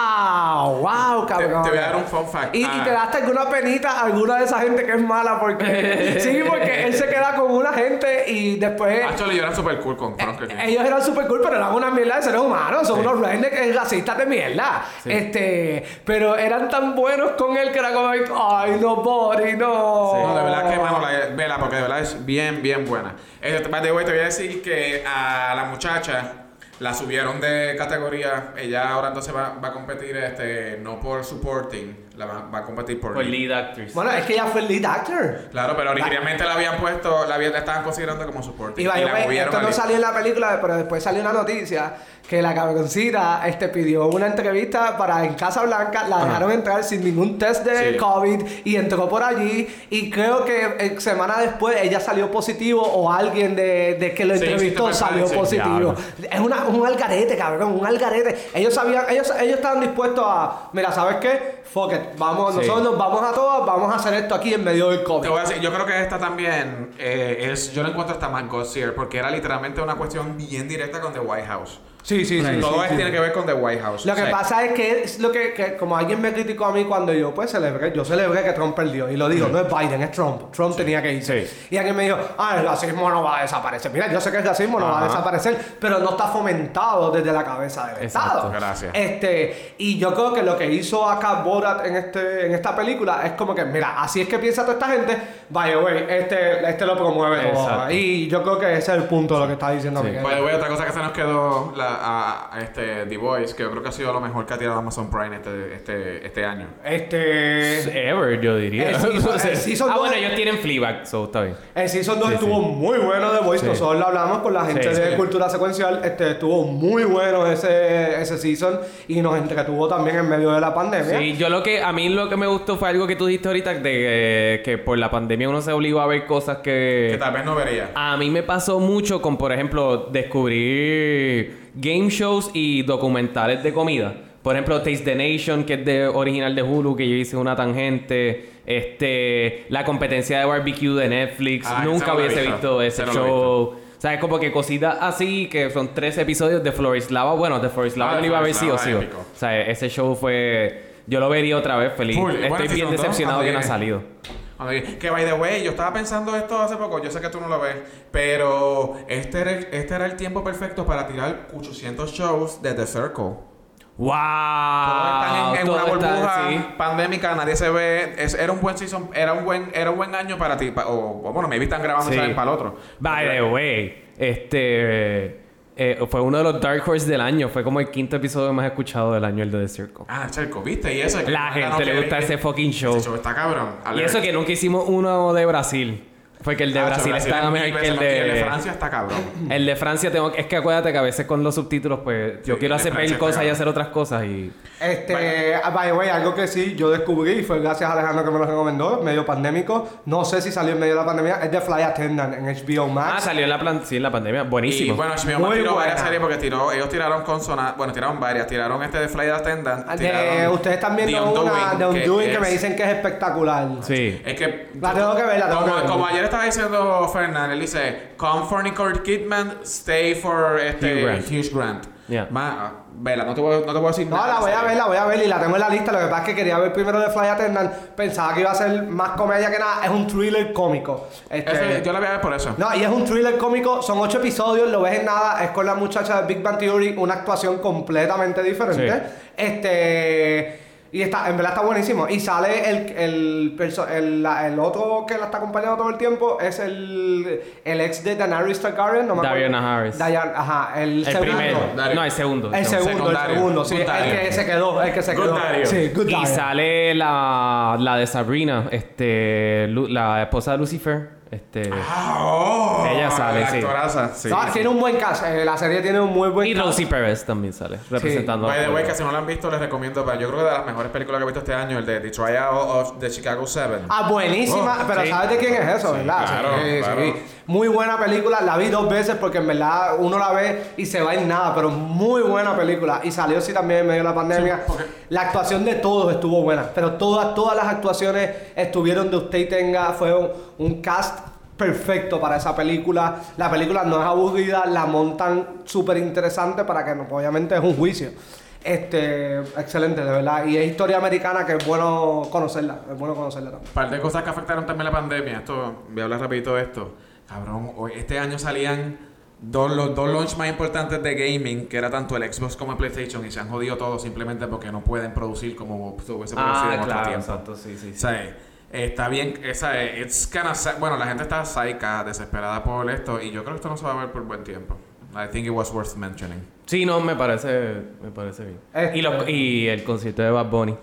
[SPEAKER 3] wow, wow, cabrón.
[SPEAKER 2] te voy a dar un fun fact.
[SPEAKER 3] Y,
[SPEAKER 2] Ah.
[SPEAKER 3] y te das hasta alguna penita a alguna de esa gente que es mala porque sí, porque él se queda con una gente y después
[SPEAKER 2] Actually, yo era super cool con Frank Kirby.
[SPEAKER 3] ellos eran super cool, pero eran una mierda de seres humanos. Son unos rednecks eh, racistas de mierda. Este, pero eran tan buenos con él que era como, ay, no, Bori, no.
[SPEAKER 2] No, de verdad
[SPEAKER 3] Oh.
[SPEAKER 2] que, mano, la vela, porque de verdad es bien, bien buena. Eh, by the way, te voy a decir que a la muchacha la subieron de categoría. Ella ahora entonces va, va a competir, este, no por supporting, la va, va a competir por,
[SPEAKER 1] Por
[SPEAKER 2] lead.
[SPEAKER 1] lead actress.
[SPEAKER 3] Bueno, es que ella fue el lead actor.
[SPEAKER 2] Claro, pero originalmente la habían puesto, la, habían, la estaban considerando como supporting.
[SPEAKER 3] Y vaya,
[SPEAKER 2] la
[SPEAKER 3] pues,
[SPEAKER 2] movieron
[SPEAKER 3] esto
[SPEAKER 2] a
[SPEAKER 3] no
[SPEAKER 2] lead.
[SPEAKER 3] salió en la película, pero después salió una noticia que la cabroncita este, pidió una entrevista para en Casa Blanca, la dejaron entrar sin ningún test de
[SPEAKER 2] Sí.
[SPEAKER 3] COVID y entró por allí y creo que eh, semana después ella salió positivo o alguien de, de que lo
[SPEAKER 2] Sí, sí,
[SPEAKER 3] entrevistó
[SPEAKER 2] te
[SPEAKER 3] salió
[SPEAKER 2] parece,
[SPEAKER 3] positivo.
[SPEAKER 1] diablo.
[SPEAKER 3] Es una, un algarete, cabrón, un algarete. Ellos sabían, ellos, ellos estaban dispuestos a, mira, ¿sabes qué? Fuck it, vamos,
[SPEAKER 1] Sí.
[SPEAKER 3] nosotros nos vamos a todas, vamos a hacer esto aquí en medio del COVID.
[SPEAKER 2] Te voy a decir, yo creo que esta también eh, es, yo la encuentro hasta más gossier, porque era literalmente una cuestión bien directa con The White House.
[SPEAKER 3] Sí, sí, sí.
[SPEAKER 2] Todo este
[SPEAKER 3] sí,
[SPEAKER 2] esto
[SPEAKER 3] sí.
[SPEAKER 2] tiene que ver con The White House.
[SPEAKER 3] Lo
[SPEAKER 2] O
[SPEAKER 3] que
[SPEAKER 2] sea,
[SPEAKER 3] pasa es que es lo que, que como alguien me criticó a mí cuando yo pues celebré, yo celebré que Trump perdió y lo digo, no es Biden, es Trump. Trump tenía que irse.
[SPEAKER 1] Mm. Sí.
[SPEAKER 3] Y alguien me dijo, ah, el racismo no va a desaparecer. Mira, yo sé que el racismo no va a
[SPEAKER 1] Ajá.
[SPEAKER 3] desaparecer, pero no está fomentado desde la cabeza del
[SPEAKER 1] Exacto,
[SPEAKER 3] Estado.
[SPEAKER 2] gracias.
[SPEAKER 3] Este, y yo creo que lo que hizo acá Borat en este, en esta película es como que, mira, así es que piensa toda esta gente, vaya güey, este, este lo promueve todo.
[SPEAKER 1] Exacto.
[SPEAKER 3] Y yo creo que ese es el punto de lo que está diciendo
[SPEAKER 1] Sí.
[SPEAKER 3] Miguel.
[SPEAKER 2] Pues, By the way, otra cosa que se nos quedó, la, a, a este The Voice, que yo creo que ha sido lo mejor que ha tirado Amazon Prime este, este, este año.
[SPEAKER 3] Este.
[SPEAKER 1] Ever, yo diría.
[SPEAKER 3] El season-
[SPEAKER 1] No sé.
[SPEAKER 3] el season
[SPEAKER 1] ah,
[SPEAKER 3] dos-
[SPEAKER 1] bueno, ellos tienen Fleabag, so está bien.
[SPEAKER 3] El Season 2
[SPEAKER 1] Sí,
[SPEAKER 3] estuvo
[SPEAKER 1] sí.
[SPEAKER 3] muy bueno de Voice.
[SPEAKER 1] Sí.
[SPEAKER 3] Nosotros lo hablamos con la gente
[SPEAKER 1] Sí,
[SPEAKER 3] de
[SPEAKER 1] sí.
[SPEAKER 3] Cultura Secuencial. Este estuvo muy bueno ese, ese Season y nos entretuvo también en medio de la pandemia.
[SPEAKER 1] Sí, yo lo que a mí lo que me gustó fue algo que tú dijiste ahorita de que, que por la pandemia uno se obligó a ver cosas
[SPEAKER 2] Que
[SPEAKER 1] que
[SPEAKER 2] tal vez no vería.
[SPEAKER 1] a mí me pasó mucho con por ejemplo descubrir game shows y documentales de comida. Por ejemplo, Taste the Nation, que es de original de Hulu, que yo hice una tangente, este la competencia de barbecue de Netflix,
[SPEAKER 2] Ah, ese
[SPEAKER 1] nunca
[SPEAKER 2] no lo he
[SPEAKER 1] hubiese
[SPEAKER 2] visto.
[SPEAKER 1] visto ese
[SPEAKER 2] Ese no lo he
[SPEAKER 1] show. O sea, es como que cositas así, que son tres episodios de Florislava. Bueno, de Florislava
[SPEAKER 2] Ah,
[SPEAKER 1] yo
[SPEAKER 2] de
[SPEAKER 1] lo iba a ver sí o sí.
[SPEAKER 2] Florislava,
[SPEAKER 1] O
[SPEAKER 2] épico.
[SPEAKER 1] sea, ese show fue... Yo lo vería otra vez, feliz.
[SPEAKER 2] Full.
[SPEAKER 1] Estoy
[SPEAKER 2] Bueno, si
[SPEAKER 1] bien
[SPEAKER 2] son dos,
[SPEAKER 1] decepcionado que no ha
[SPEAKER 2] también.
[SPEAKER 1] salido.
[SPEAKER 2] Cuando dije, Que by the way, yo estaba pensando esto hace poco, yo sé que tú no lo ves, pero este era, el- este era el tiempo perfecto para tirar 800 shows de The Circle.
[SPEAKER 1] ¡Wow!
[SPEAKER 2] Todos están en, en una
[SPEAKER 1] Ah, Todo está-
[SPEAKER 2] burbuja
[SPEAKER 1] sí.
[SPEAKER 2] pandémica, nadie se ve. Es- era un buen season, era un buen, era un buen año para ti. pa- o, o bueno, maybe están grabando
[SPEAKER 1] Sí.
[SPEAKER 2] ¿sabes? para el otro.
[SPEAKER 1] By the way, este... eh, fue uno de los Dark Horse del año. Fue como el quinto episodio más escuchado del año, el de The Circle.
[SPEAKER 2] Ah, Circle, ¿viste? Y eso. es que-
[SPEAKER 1] La
[SPEAKER 2] ah,
[SPEAKER 1] gente
[SPEAKER 2] no,
[SPEAKER 1] le
[SPEAKER 2] que-
[SPEAKER 1] gusta
[SPEAKER 2] que-
[SPEAKER 1] ese fucking show.
[SPEAKER 2] ese show está cabrón.
[SPEAKER 1] Y
[SPEAKER 2] Alert.
[SPEAKER 1] eso que nunca hicimos uno de Brasil. Porque el de
[SPEAKER 2] Ah,
[SPEAKER 1] Brasil, está
[SPEAKER 2] mil
[SPEAKER 1] mejor que
[SPEAKER 2] veces
[SPEAKER 1] el
[SPEAKER 2] más- y
[SPEAKER 1] de...
[SPEAKER 2] el de Francia está cabrón.
[SPEAKER 1] El de Francia tengo que- Es que acuérdate que a veces con los subtítulos, pues... Yo
[SPEAKER 2] Sí,
[SPEAKER 1] quiero
[SPEAKER 2] el de
[SPEAKER 1] hacer
[SPEAKER 2] Francia
[SPEAKER 1] mil
[SPEAKER 2] está
[SPEAKER 1] cosas y
[SPEAKER 2] cabrón.
[SPEAKER 1] hacer otras cosas y...
[SPEAKER 3] Este, ah, by the way, algo que sí yo descubrí, fue gracias a Alejandro que me lo recomendó, medio pandémico, no sé si salió en medio de la pandemia, es de Fly Attendant en HBO
[SPEAKER 1] Ah,
[SPEAKER 3] Max.
[SPEAKER 1] salió en la, plan... sí, en la pandemia. Buenísimo.
[SPEAKER 2] Y bueno, HBO
[SPEAKER 3] Muy
[SPEAKER 2] Max tiró
[SPEAKER 3] buena.
[SPEAKER 2] varias series porque tiró, ellos tiraron consonantes, bueno, tiraron varias, tiraron este de Flight Attendant.
[SPEAKER 3] De-
[SPEAKER 2] tiraron
[SPEAKER 3] Ah, ustedes están viendo
[SPEAKER 2] The
[SPEAKER 3] una de
[SPEAKER 2] Undoing,
[SPEAKER 3] Undoing que,
[SPEAKER 2] es-
[SPEAKER 3] me dicen que es espectacular.
[SPEAKER 1] Sí.
[SPEAKER 2] Es que.
[SPEAKER 3] La tengo que ver, la tengo
[SPEAKER 2] como,
[SPEAKER 3] que ver.
[SPEAKER 2] como ayer estaba diciendo Fernández, él dice: Come for Nicole Kidman, stay for este,
[SPEAKER 1] Hugh Grant.
[SPEAKER 2] Hugh Grant.
[SPEAKER 1] Yeah.
[SPEAKER 2] Ma- vela, no te voy, no te voy a decir
[SPEAKER 3] No,
[SPEAKER 2] nada.
[SPEAKER 3] la voy a
[SPEAKER 2] ¿sabes?
[SPEAKER 3] ver, la voy a ver y la tengo en la lista. Lo que pasa es que quería ver primero de Fly Attendant. Pensaba que iba a ser más comedia que nada. Es un thriller cómico. Este,
[SPEAKER 2] Eso, yo la voy a ver por eso.
[SPEAKER 3] No, y es un thriller cómico. Son ocho episodios, lo ves en nada. Es con la muchacha de Big Bang Theory, una actuación completamente diferente.
[SPEAKER 1] Sí.
[SPEAKER 3] Este. Y está, en verdad está buenísimo. Y sale el, el, perso- el, la- el otro que la está acompañando todo el tiempo. Es el, el ex de Daenerys Targaryen. No me acuerdo.
[SPEAKER 1] Daenerys Harris.
[SPEAKER 3] Dayan- ajá. El,
[SPEAKER 1] El
[SPEAKER 3] segundo.
[SPEAKER 1] primero.
[SPEAKER 2] Dario.
[SPEAKER 1] No, el segundo.
[SPEAKER 3] El
[SPEAKER 1] segundo.
[SPEAKER 3] segundo, el
[SPEAKER 2] Secundario.
[SPEAKER 3] segundo, sí, el
[SPEAKER 2] Secundario.
[SPEAKER 3] que se quedó, el que se quedó.
[SPEAKER 2] Secundario.
[SPEAKER 3] Sí,
[SPEAKER 1] Y
[SPEAKER 3] good diet.
[SPEAKER 1] sale la, la de Sabrina, este, Lu- la esposa de Lucifer. Este,
[SPEAKER 2] Ah, oh,
[SPEAKER 1] Ella sale,
[SPEAKER 2] la
[SPEAKER 1] sí.
[SPEAKER 2] actoraza, sí.
[SPEAKER 3] No, tiene un buen cast, eh, la serie tiene un muy buen
[SPEAKER 1] y
[SPEAKER 3] cast.
[SPEAKER 1] Rosie Perez también sale, representando.
[SPEAKER 2] By the way, que si no la han visto, les recomiendo. pero Yo creo que de las mejores películas que he visto este año, el de The Tryout of the Chicago 7.
[SPEAKER 3] Ah, buenísima,
[SPEAKER 2] Oh,
[SPEAKER 3] pero
[SPEAKER 1] sí.
[SPEAKER 3] ¿sabes de quién es eso,
[SPEAKER 2] Sí,
[SPEAKER 3] verdad?
[SPEAKER 2] claro, claro.
[SPEAKER 3] Muy buena película, la vi dos veces porque en verdad uno la ve y se va en nada, pero muy buena película. Y salió así también en medio de la pandemia.
[SPEAKER 2] Sí, porque-
[SPEAKER 3] La actuación de todos estuvo buena, pero todas, todas las actuaciones estuvieron de usted y tenga, fue un, un cast perfecto para esa película. La película no es aburrida, la montan súper interesante para que no- obviamente es un juicio. Este, excelente, de verdad. Y es historia americana que es bueno conocerla, es bueno conocerla también.
[SPEAKER 2] Un par de cosas que afectaron también la pandemia. Esto, voy a hablar rapidito de esto. Cabrón, hoy, este año salían dos, los dos launch más importantes de gaming, que era tanto el Xbox como el PlayStation, y se han jodido todos simplemente porque no pueden producir como se hubiese producido
[SPEAKER 1] Ah,
[SPEAKER 2] en otro
[SPEAKER 1] claro,
[SPEAKER 2] tiempo.
[SPEAKER 1] exacto, sí, sí.
[SPEAKER 2] O sea, eh, está bien, esa es, it's kinda sad. bueno, la gente está psycha, desesperada por esto, y yo creo que esto no se va a ver por buen tiempo. I think it was worth mentioning.
[SPEAKER 1] Sí, no, me parece, me parece bien.
[SPEAKER 3] Este-
[SPEAKER 1] Y, los- y el concierto de Bad Bunny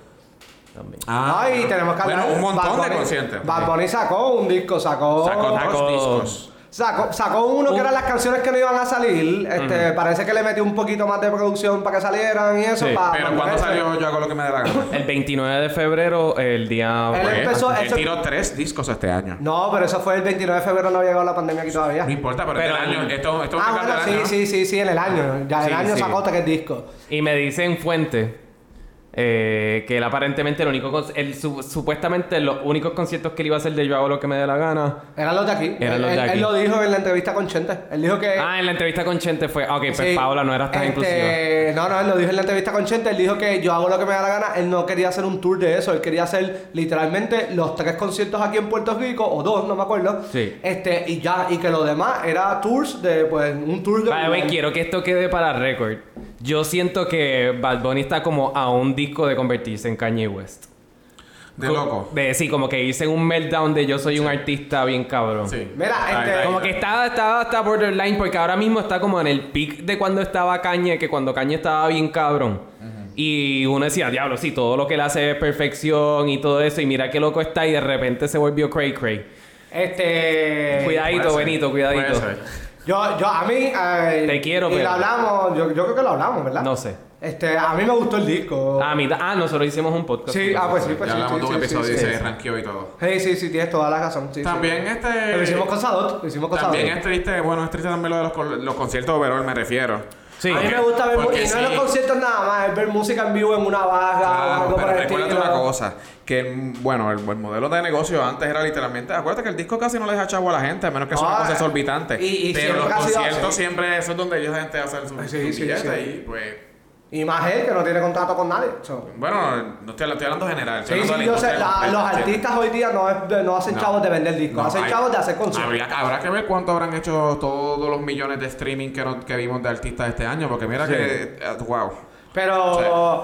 [SPEAKER 1] también.
[SPEAKER 3] Ah, y tenemos que hablar.
[SPEAKER 2] Bueno, un montón
[SPEAKER 3] Bad
[SPEAKER 2] de
[SPEAKER 3] Bunny-
[SPEAKER 2] conscientes.
[SPEAKER 3] Bad Bunny sacó un disco, sacó.
[SPEAKER 2] Sacó dos
[SPEAKER 1] Sacó-
[SPEAKER 2] discos.
[SPEAKER 3] Sacó, sacó uno que
[SPEAKER 1] Un-
[SPEAKER 3] eran las canciones que no iban a salir. Este, Parece que le metió un poquito más de producción para que salieran y Ah, eso.
[SPEAKER 1] Sí,
[SPEAKER 3] pa-
[SPEAKER 2] Pero
[SPEAKER 3] pa-
[SPEAKER 2] cuando
[SPEAKER 3] ese.
[SPEAKER 2] salió, yo hago lo que me dé la gana. Pues,
[SPEAKER 1] El 29 de febrero, el día...
[SPEAKER 3] Él
[SPEAKER 1] fue-
[SPEAKER 3] empezó-
[SPEAKER 2] Él
[SPEAKER 3] eso-
[SPEAKER 2] tiró tres discos este año.
[SPEAKER 3] No, pero eso fue el 29 de febrero, no había llegado la pandemia aquí todavía.
[SPEAKER 2] No importa, pero,
[SPEAKER 1] Pero
[SPEAKER 2] este
[SPEAKER 1] el-
[SPEAKER 2] año, esto, esto es
[SPEAKER 3] Ah,
[SPEAKER 2] un
[SPEAKER 3] bueno,
[SPEAKER 2] cambio de
[SPEAKER 3] sí,
[SPEAKER 2] año,
[SPEAKER 3] sí, sí, sí, en el año. Ya
[SPEAKER 1] Sí,
[SPEAKER 3] el año
[SPEAKER 1] sí.
[SPEAKER 3] sacó aquel disco.
[SPEAKER 1] Y me dicen fuente eh, que él aparentemente el único con- el, su- supuestamente los únicos conciertos que él iba a hacer de yo hago lo que me dé la gana.
[SPEAKER 3] Eran los de aquí.
[SPEAKER 1] Eran los
[SPEAKER 3] él,
[SPEAKER 1] de
[SPEAKER 3] él-
[SPEAKER 1] aquí.
[SPEAKER 3] él lo dijo en la entrevista con Chente. Él dijo que.
[SPEAKER 1] Ah, en la entrevista con Chente fue. Ah, Ok, pues
[SPEAKER 3] Sí.
[SPEAKER 1] Paola no eras tan inclusiva.
[SPEAKER 3] Este, No, no, él lo dijo en la entrevista con Chente. Él dijo que yo hago lo que me da la gana. Él no quería hacer un tour de eso. Él quería hacer literalmente los tres conciertos aquí en Puerto Rico, o dos, no me acuerdo.
[SPEAKER 1] Sí.
[SPEAKER 3] Este, y ya, y que lo demás era tours de, pues, un tour de.
[SPEAKER 1] By the way, quiero que esto quede para récord. Yo siento que Bad Bunny está como a un disco de convertirse en Kanye West.
[SPEAKER 2] De
[SPEAKER 1] Co-
[SPEAKER 2] loco.
[SPEAKER 1] De, sí, como que hice un meltdown de yo soy un artista bien cabrón.
[SPEAKER 2] Sí.
[SPEAKER 3] Mira, este,
[SPEAKER 1] Como que estaba, estaba hasta borderline porque ahora mismo está como en el peak de cuando estaba Kanye, que cuando Kanye estaba bien cabrón. Y uno decía, diablo, sí, todo lo que él hace es perfección y todo eso. Y mira qué loco está y de repente se volvió cray cray.
[SPEAKER 3] Este.
[SPEAKER 1] Cuidadito,
[SPEAKER 2] Puede ser.
[SPEAKER 1] Benito, cuidadito.
[SPEAKER 2] Puede ser.
[SPEAKER 3] Yo, yo, a mí. eh,
[SPEAKER 1] Te quiero,
[SPEAKER 3] Y
[SPEAKER 1] pero-
[SPEAKER 3] lo hablamos, yo, yo creo que lo hablamos, ¿verdad?
[SPEAKER 1] No sé.
[SPEAKER 3] Este, a mí me gustó el disco.
[SPEAKER 1] Ah, mira, ah, nosotros hicimos un podcast.
[SPEAKER 3] sí, ah, pues sí,
[SPEAKER 2] Ya
[SPEAKER 3] pues sí.
[SPEAKER 2] hablamos
[SPEAKER 3] sí,
[SPEAKER 2] de un
[SPEAKER 3] sí, sí,
[SPEAKER 2] episodio y
[SPEAKER 3] sí,
[SPEAKER 2] se
[SPEAKER 3] sí.
[SPEAKER 2] ranqueó y todo.
[SPEAKER 3] Sí, sí, sí, tienes toda la razón. sí, sí.
[SPEAKER 2] También este...
[SPEAKER 3] Pero hicimos con Sadot, hicimos con
[SPEAKER 2] También
[SPEAKER 3] Sadot.
[SPEAKER 2] es triste, bueno, es triste también lo de los, con- los conciertos overall, me refiero.
[SPEAKER 1] Sí.
[SPEAKER 3] A mí
[SPEAKER 2] Porque-
[SPEAKER 3] me gusta ver
[SPEAKER 2] porque
[SPEAKER 3] música, no en
[SPEAKER 2] sí.
[SPEAKER 3] los conciertos nada más, es ver música en vivo en una vaga o
[SPEAKER 2] Claro,
[SPEAKER 3] algo
[SPEAKER 2] pero
[SPEAKER 3] para el
[SPEAKER 2] recuérdate
[SPEAKER 3] estilo.
[SPEAKER 2] una cosa, que el- bueno, el, el modelo de negocio antes era literalmente, acuérdate que el disco casi no le deja chavo a la gente, a menos que sea una
[SPEAKER 3] Ah,
[SPEAKER 2] cosa exorbitante.
[SPEAKER 3] y- y
[SPEAKER 2] pero
[SPEAKER 3] siempre
[SPEAKER 2] los
[SPEAKER 3] ha sido
[SPEAKER 2] conciertos
[SPEAKER 3] así.
[SPEAKER 2] siempre, eso es donde ellos la gente hace su,
[SPEAKER 3] Sí,
[SPEAKER 2] su
[SPEAKER 3] Ah, sí,
[SPEAKER 2] billete
[SPEAKER 3] sí.
[SPEAKER 2] y pues,
[SPEAKER 3] Y más él que no tiene contrato con nadie. so.
[SPEAKER 2] bueno, no estoy, estoy hablando general. estoy
[SPEAKER 3] Sí,
[SPEAKER 2] hablando
[SPEAKER 3] sí,
[SPEAKER 2] de la industria
[SPEAKER 3] yo sé, la-
[SPEAKER 2] completa,
[SPEAKER 3] los
[SPEAKER 2] ¿entiendes?
[SPEAKER 3] artistas hoy día no, es- no hacen
[SPEAKER 2] No.
[SPEAKER 3] chavos de vender discos,
[SPEAKER 2] No,
[SPEAKER 3] hacen
[SPEAKER 2] hay-
[SPEAKER 3] chavos de hacer conciertos.
[SPEAKER 2] Habría, habrá que ver cuánto habrán hecho todos los millones de streaming que, no- que vimos de artistas este año, porque mira
[SPEAKER 3] Sí.
[SPEAKER 2] que, eh, wow.
[SPEAKER 3] Pero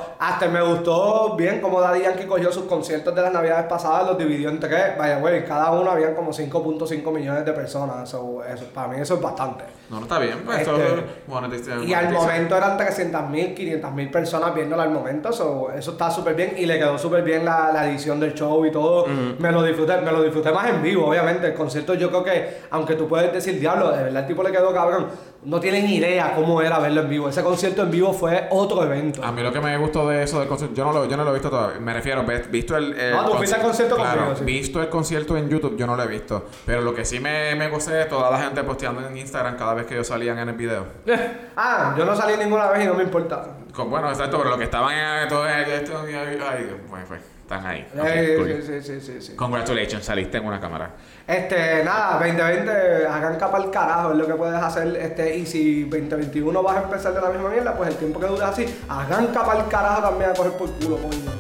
[SPEAKER 2] Sí.
[SPEAKER 3] hasta me gustó bien cómo Daddy Yankee cogió sus conciertos de las navidades pasadas, los dividió en tres. Vaya, güey, cada uno habían como 5.5 millones de personas. so, eso, para mí eso es bastante.
[SPEAKER 2] No, no está bien, pues esto
[SPEAKER 3] Este,
[SPEAKER 2] es monetización,
[SPEAKER 3] Y al
[SPEAKER 2] monetización.
[SPEAKER 3] momento eran 300.000, 500.000 personas viéndola al momento. so, eso está súper bien y le quedó súper bien la, la edición del show y todo. Me lo disfruté me lo disfruté más en vivo, obviamente. El concierto yo creo que, aunque tú puedes decir, diablo, de verdad el tipo le quedó cabrón. No tienen idea cómo era verlo en vivo. Ese concierto en vivo fue otro evento.
[SPEAKER 2] A mí lo que me gustó de eso del concierto, yo no lo, yo no lo he visto todavía. Me refiero, ves- visto el. el
[SPEAKER 3] Ah, tú fuiste al concierto
[SPEAKER 2] claro,
[SPEAKER 3] conmigo, sí.
[SPEAKER 2] Visto el concierto en YouTube, yo no lo he visto. Pero lo que sí me, me gocé es toda la gente posteando en Instagram cada vez que ellos salían en el video.
[SPEAKER 1] Eh,
[SPEAKER 3] Ah, yo no salí ninguna vez y no me importa.
[SPEAKER 2] Con- bueno, exacto, pero lo que estaban en todo esto. Ay, Dios, bueno, pues, están ahí. Ok,
[SPEAKER 3] Eh,
[SPEAKER 2] cool.
[SPEAKER 3] sí, sí, sí, sí, sí.
[SPEAKER 2] Congratulations, saliste en una cámara.
[SPEAKER 3] Este, nada, 2020, hagan capa al carajo, es lo que puedes hacer. Este, y si 2021 vas a empezar de la misma mierda, pues el tiempo que dure así, hagan capa al carajo también a coger por culo, coño.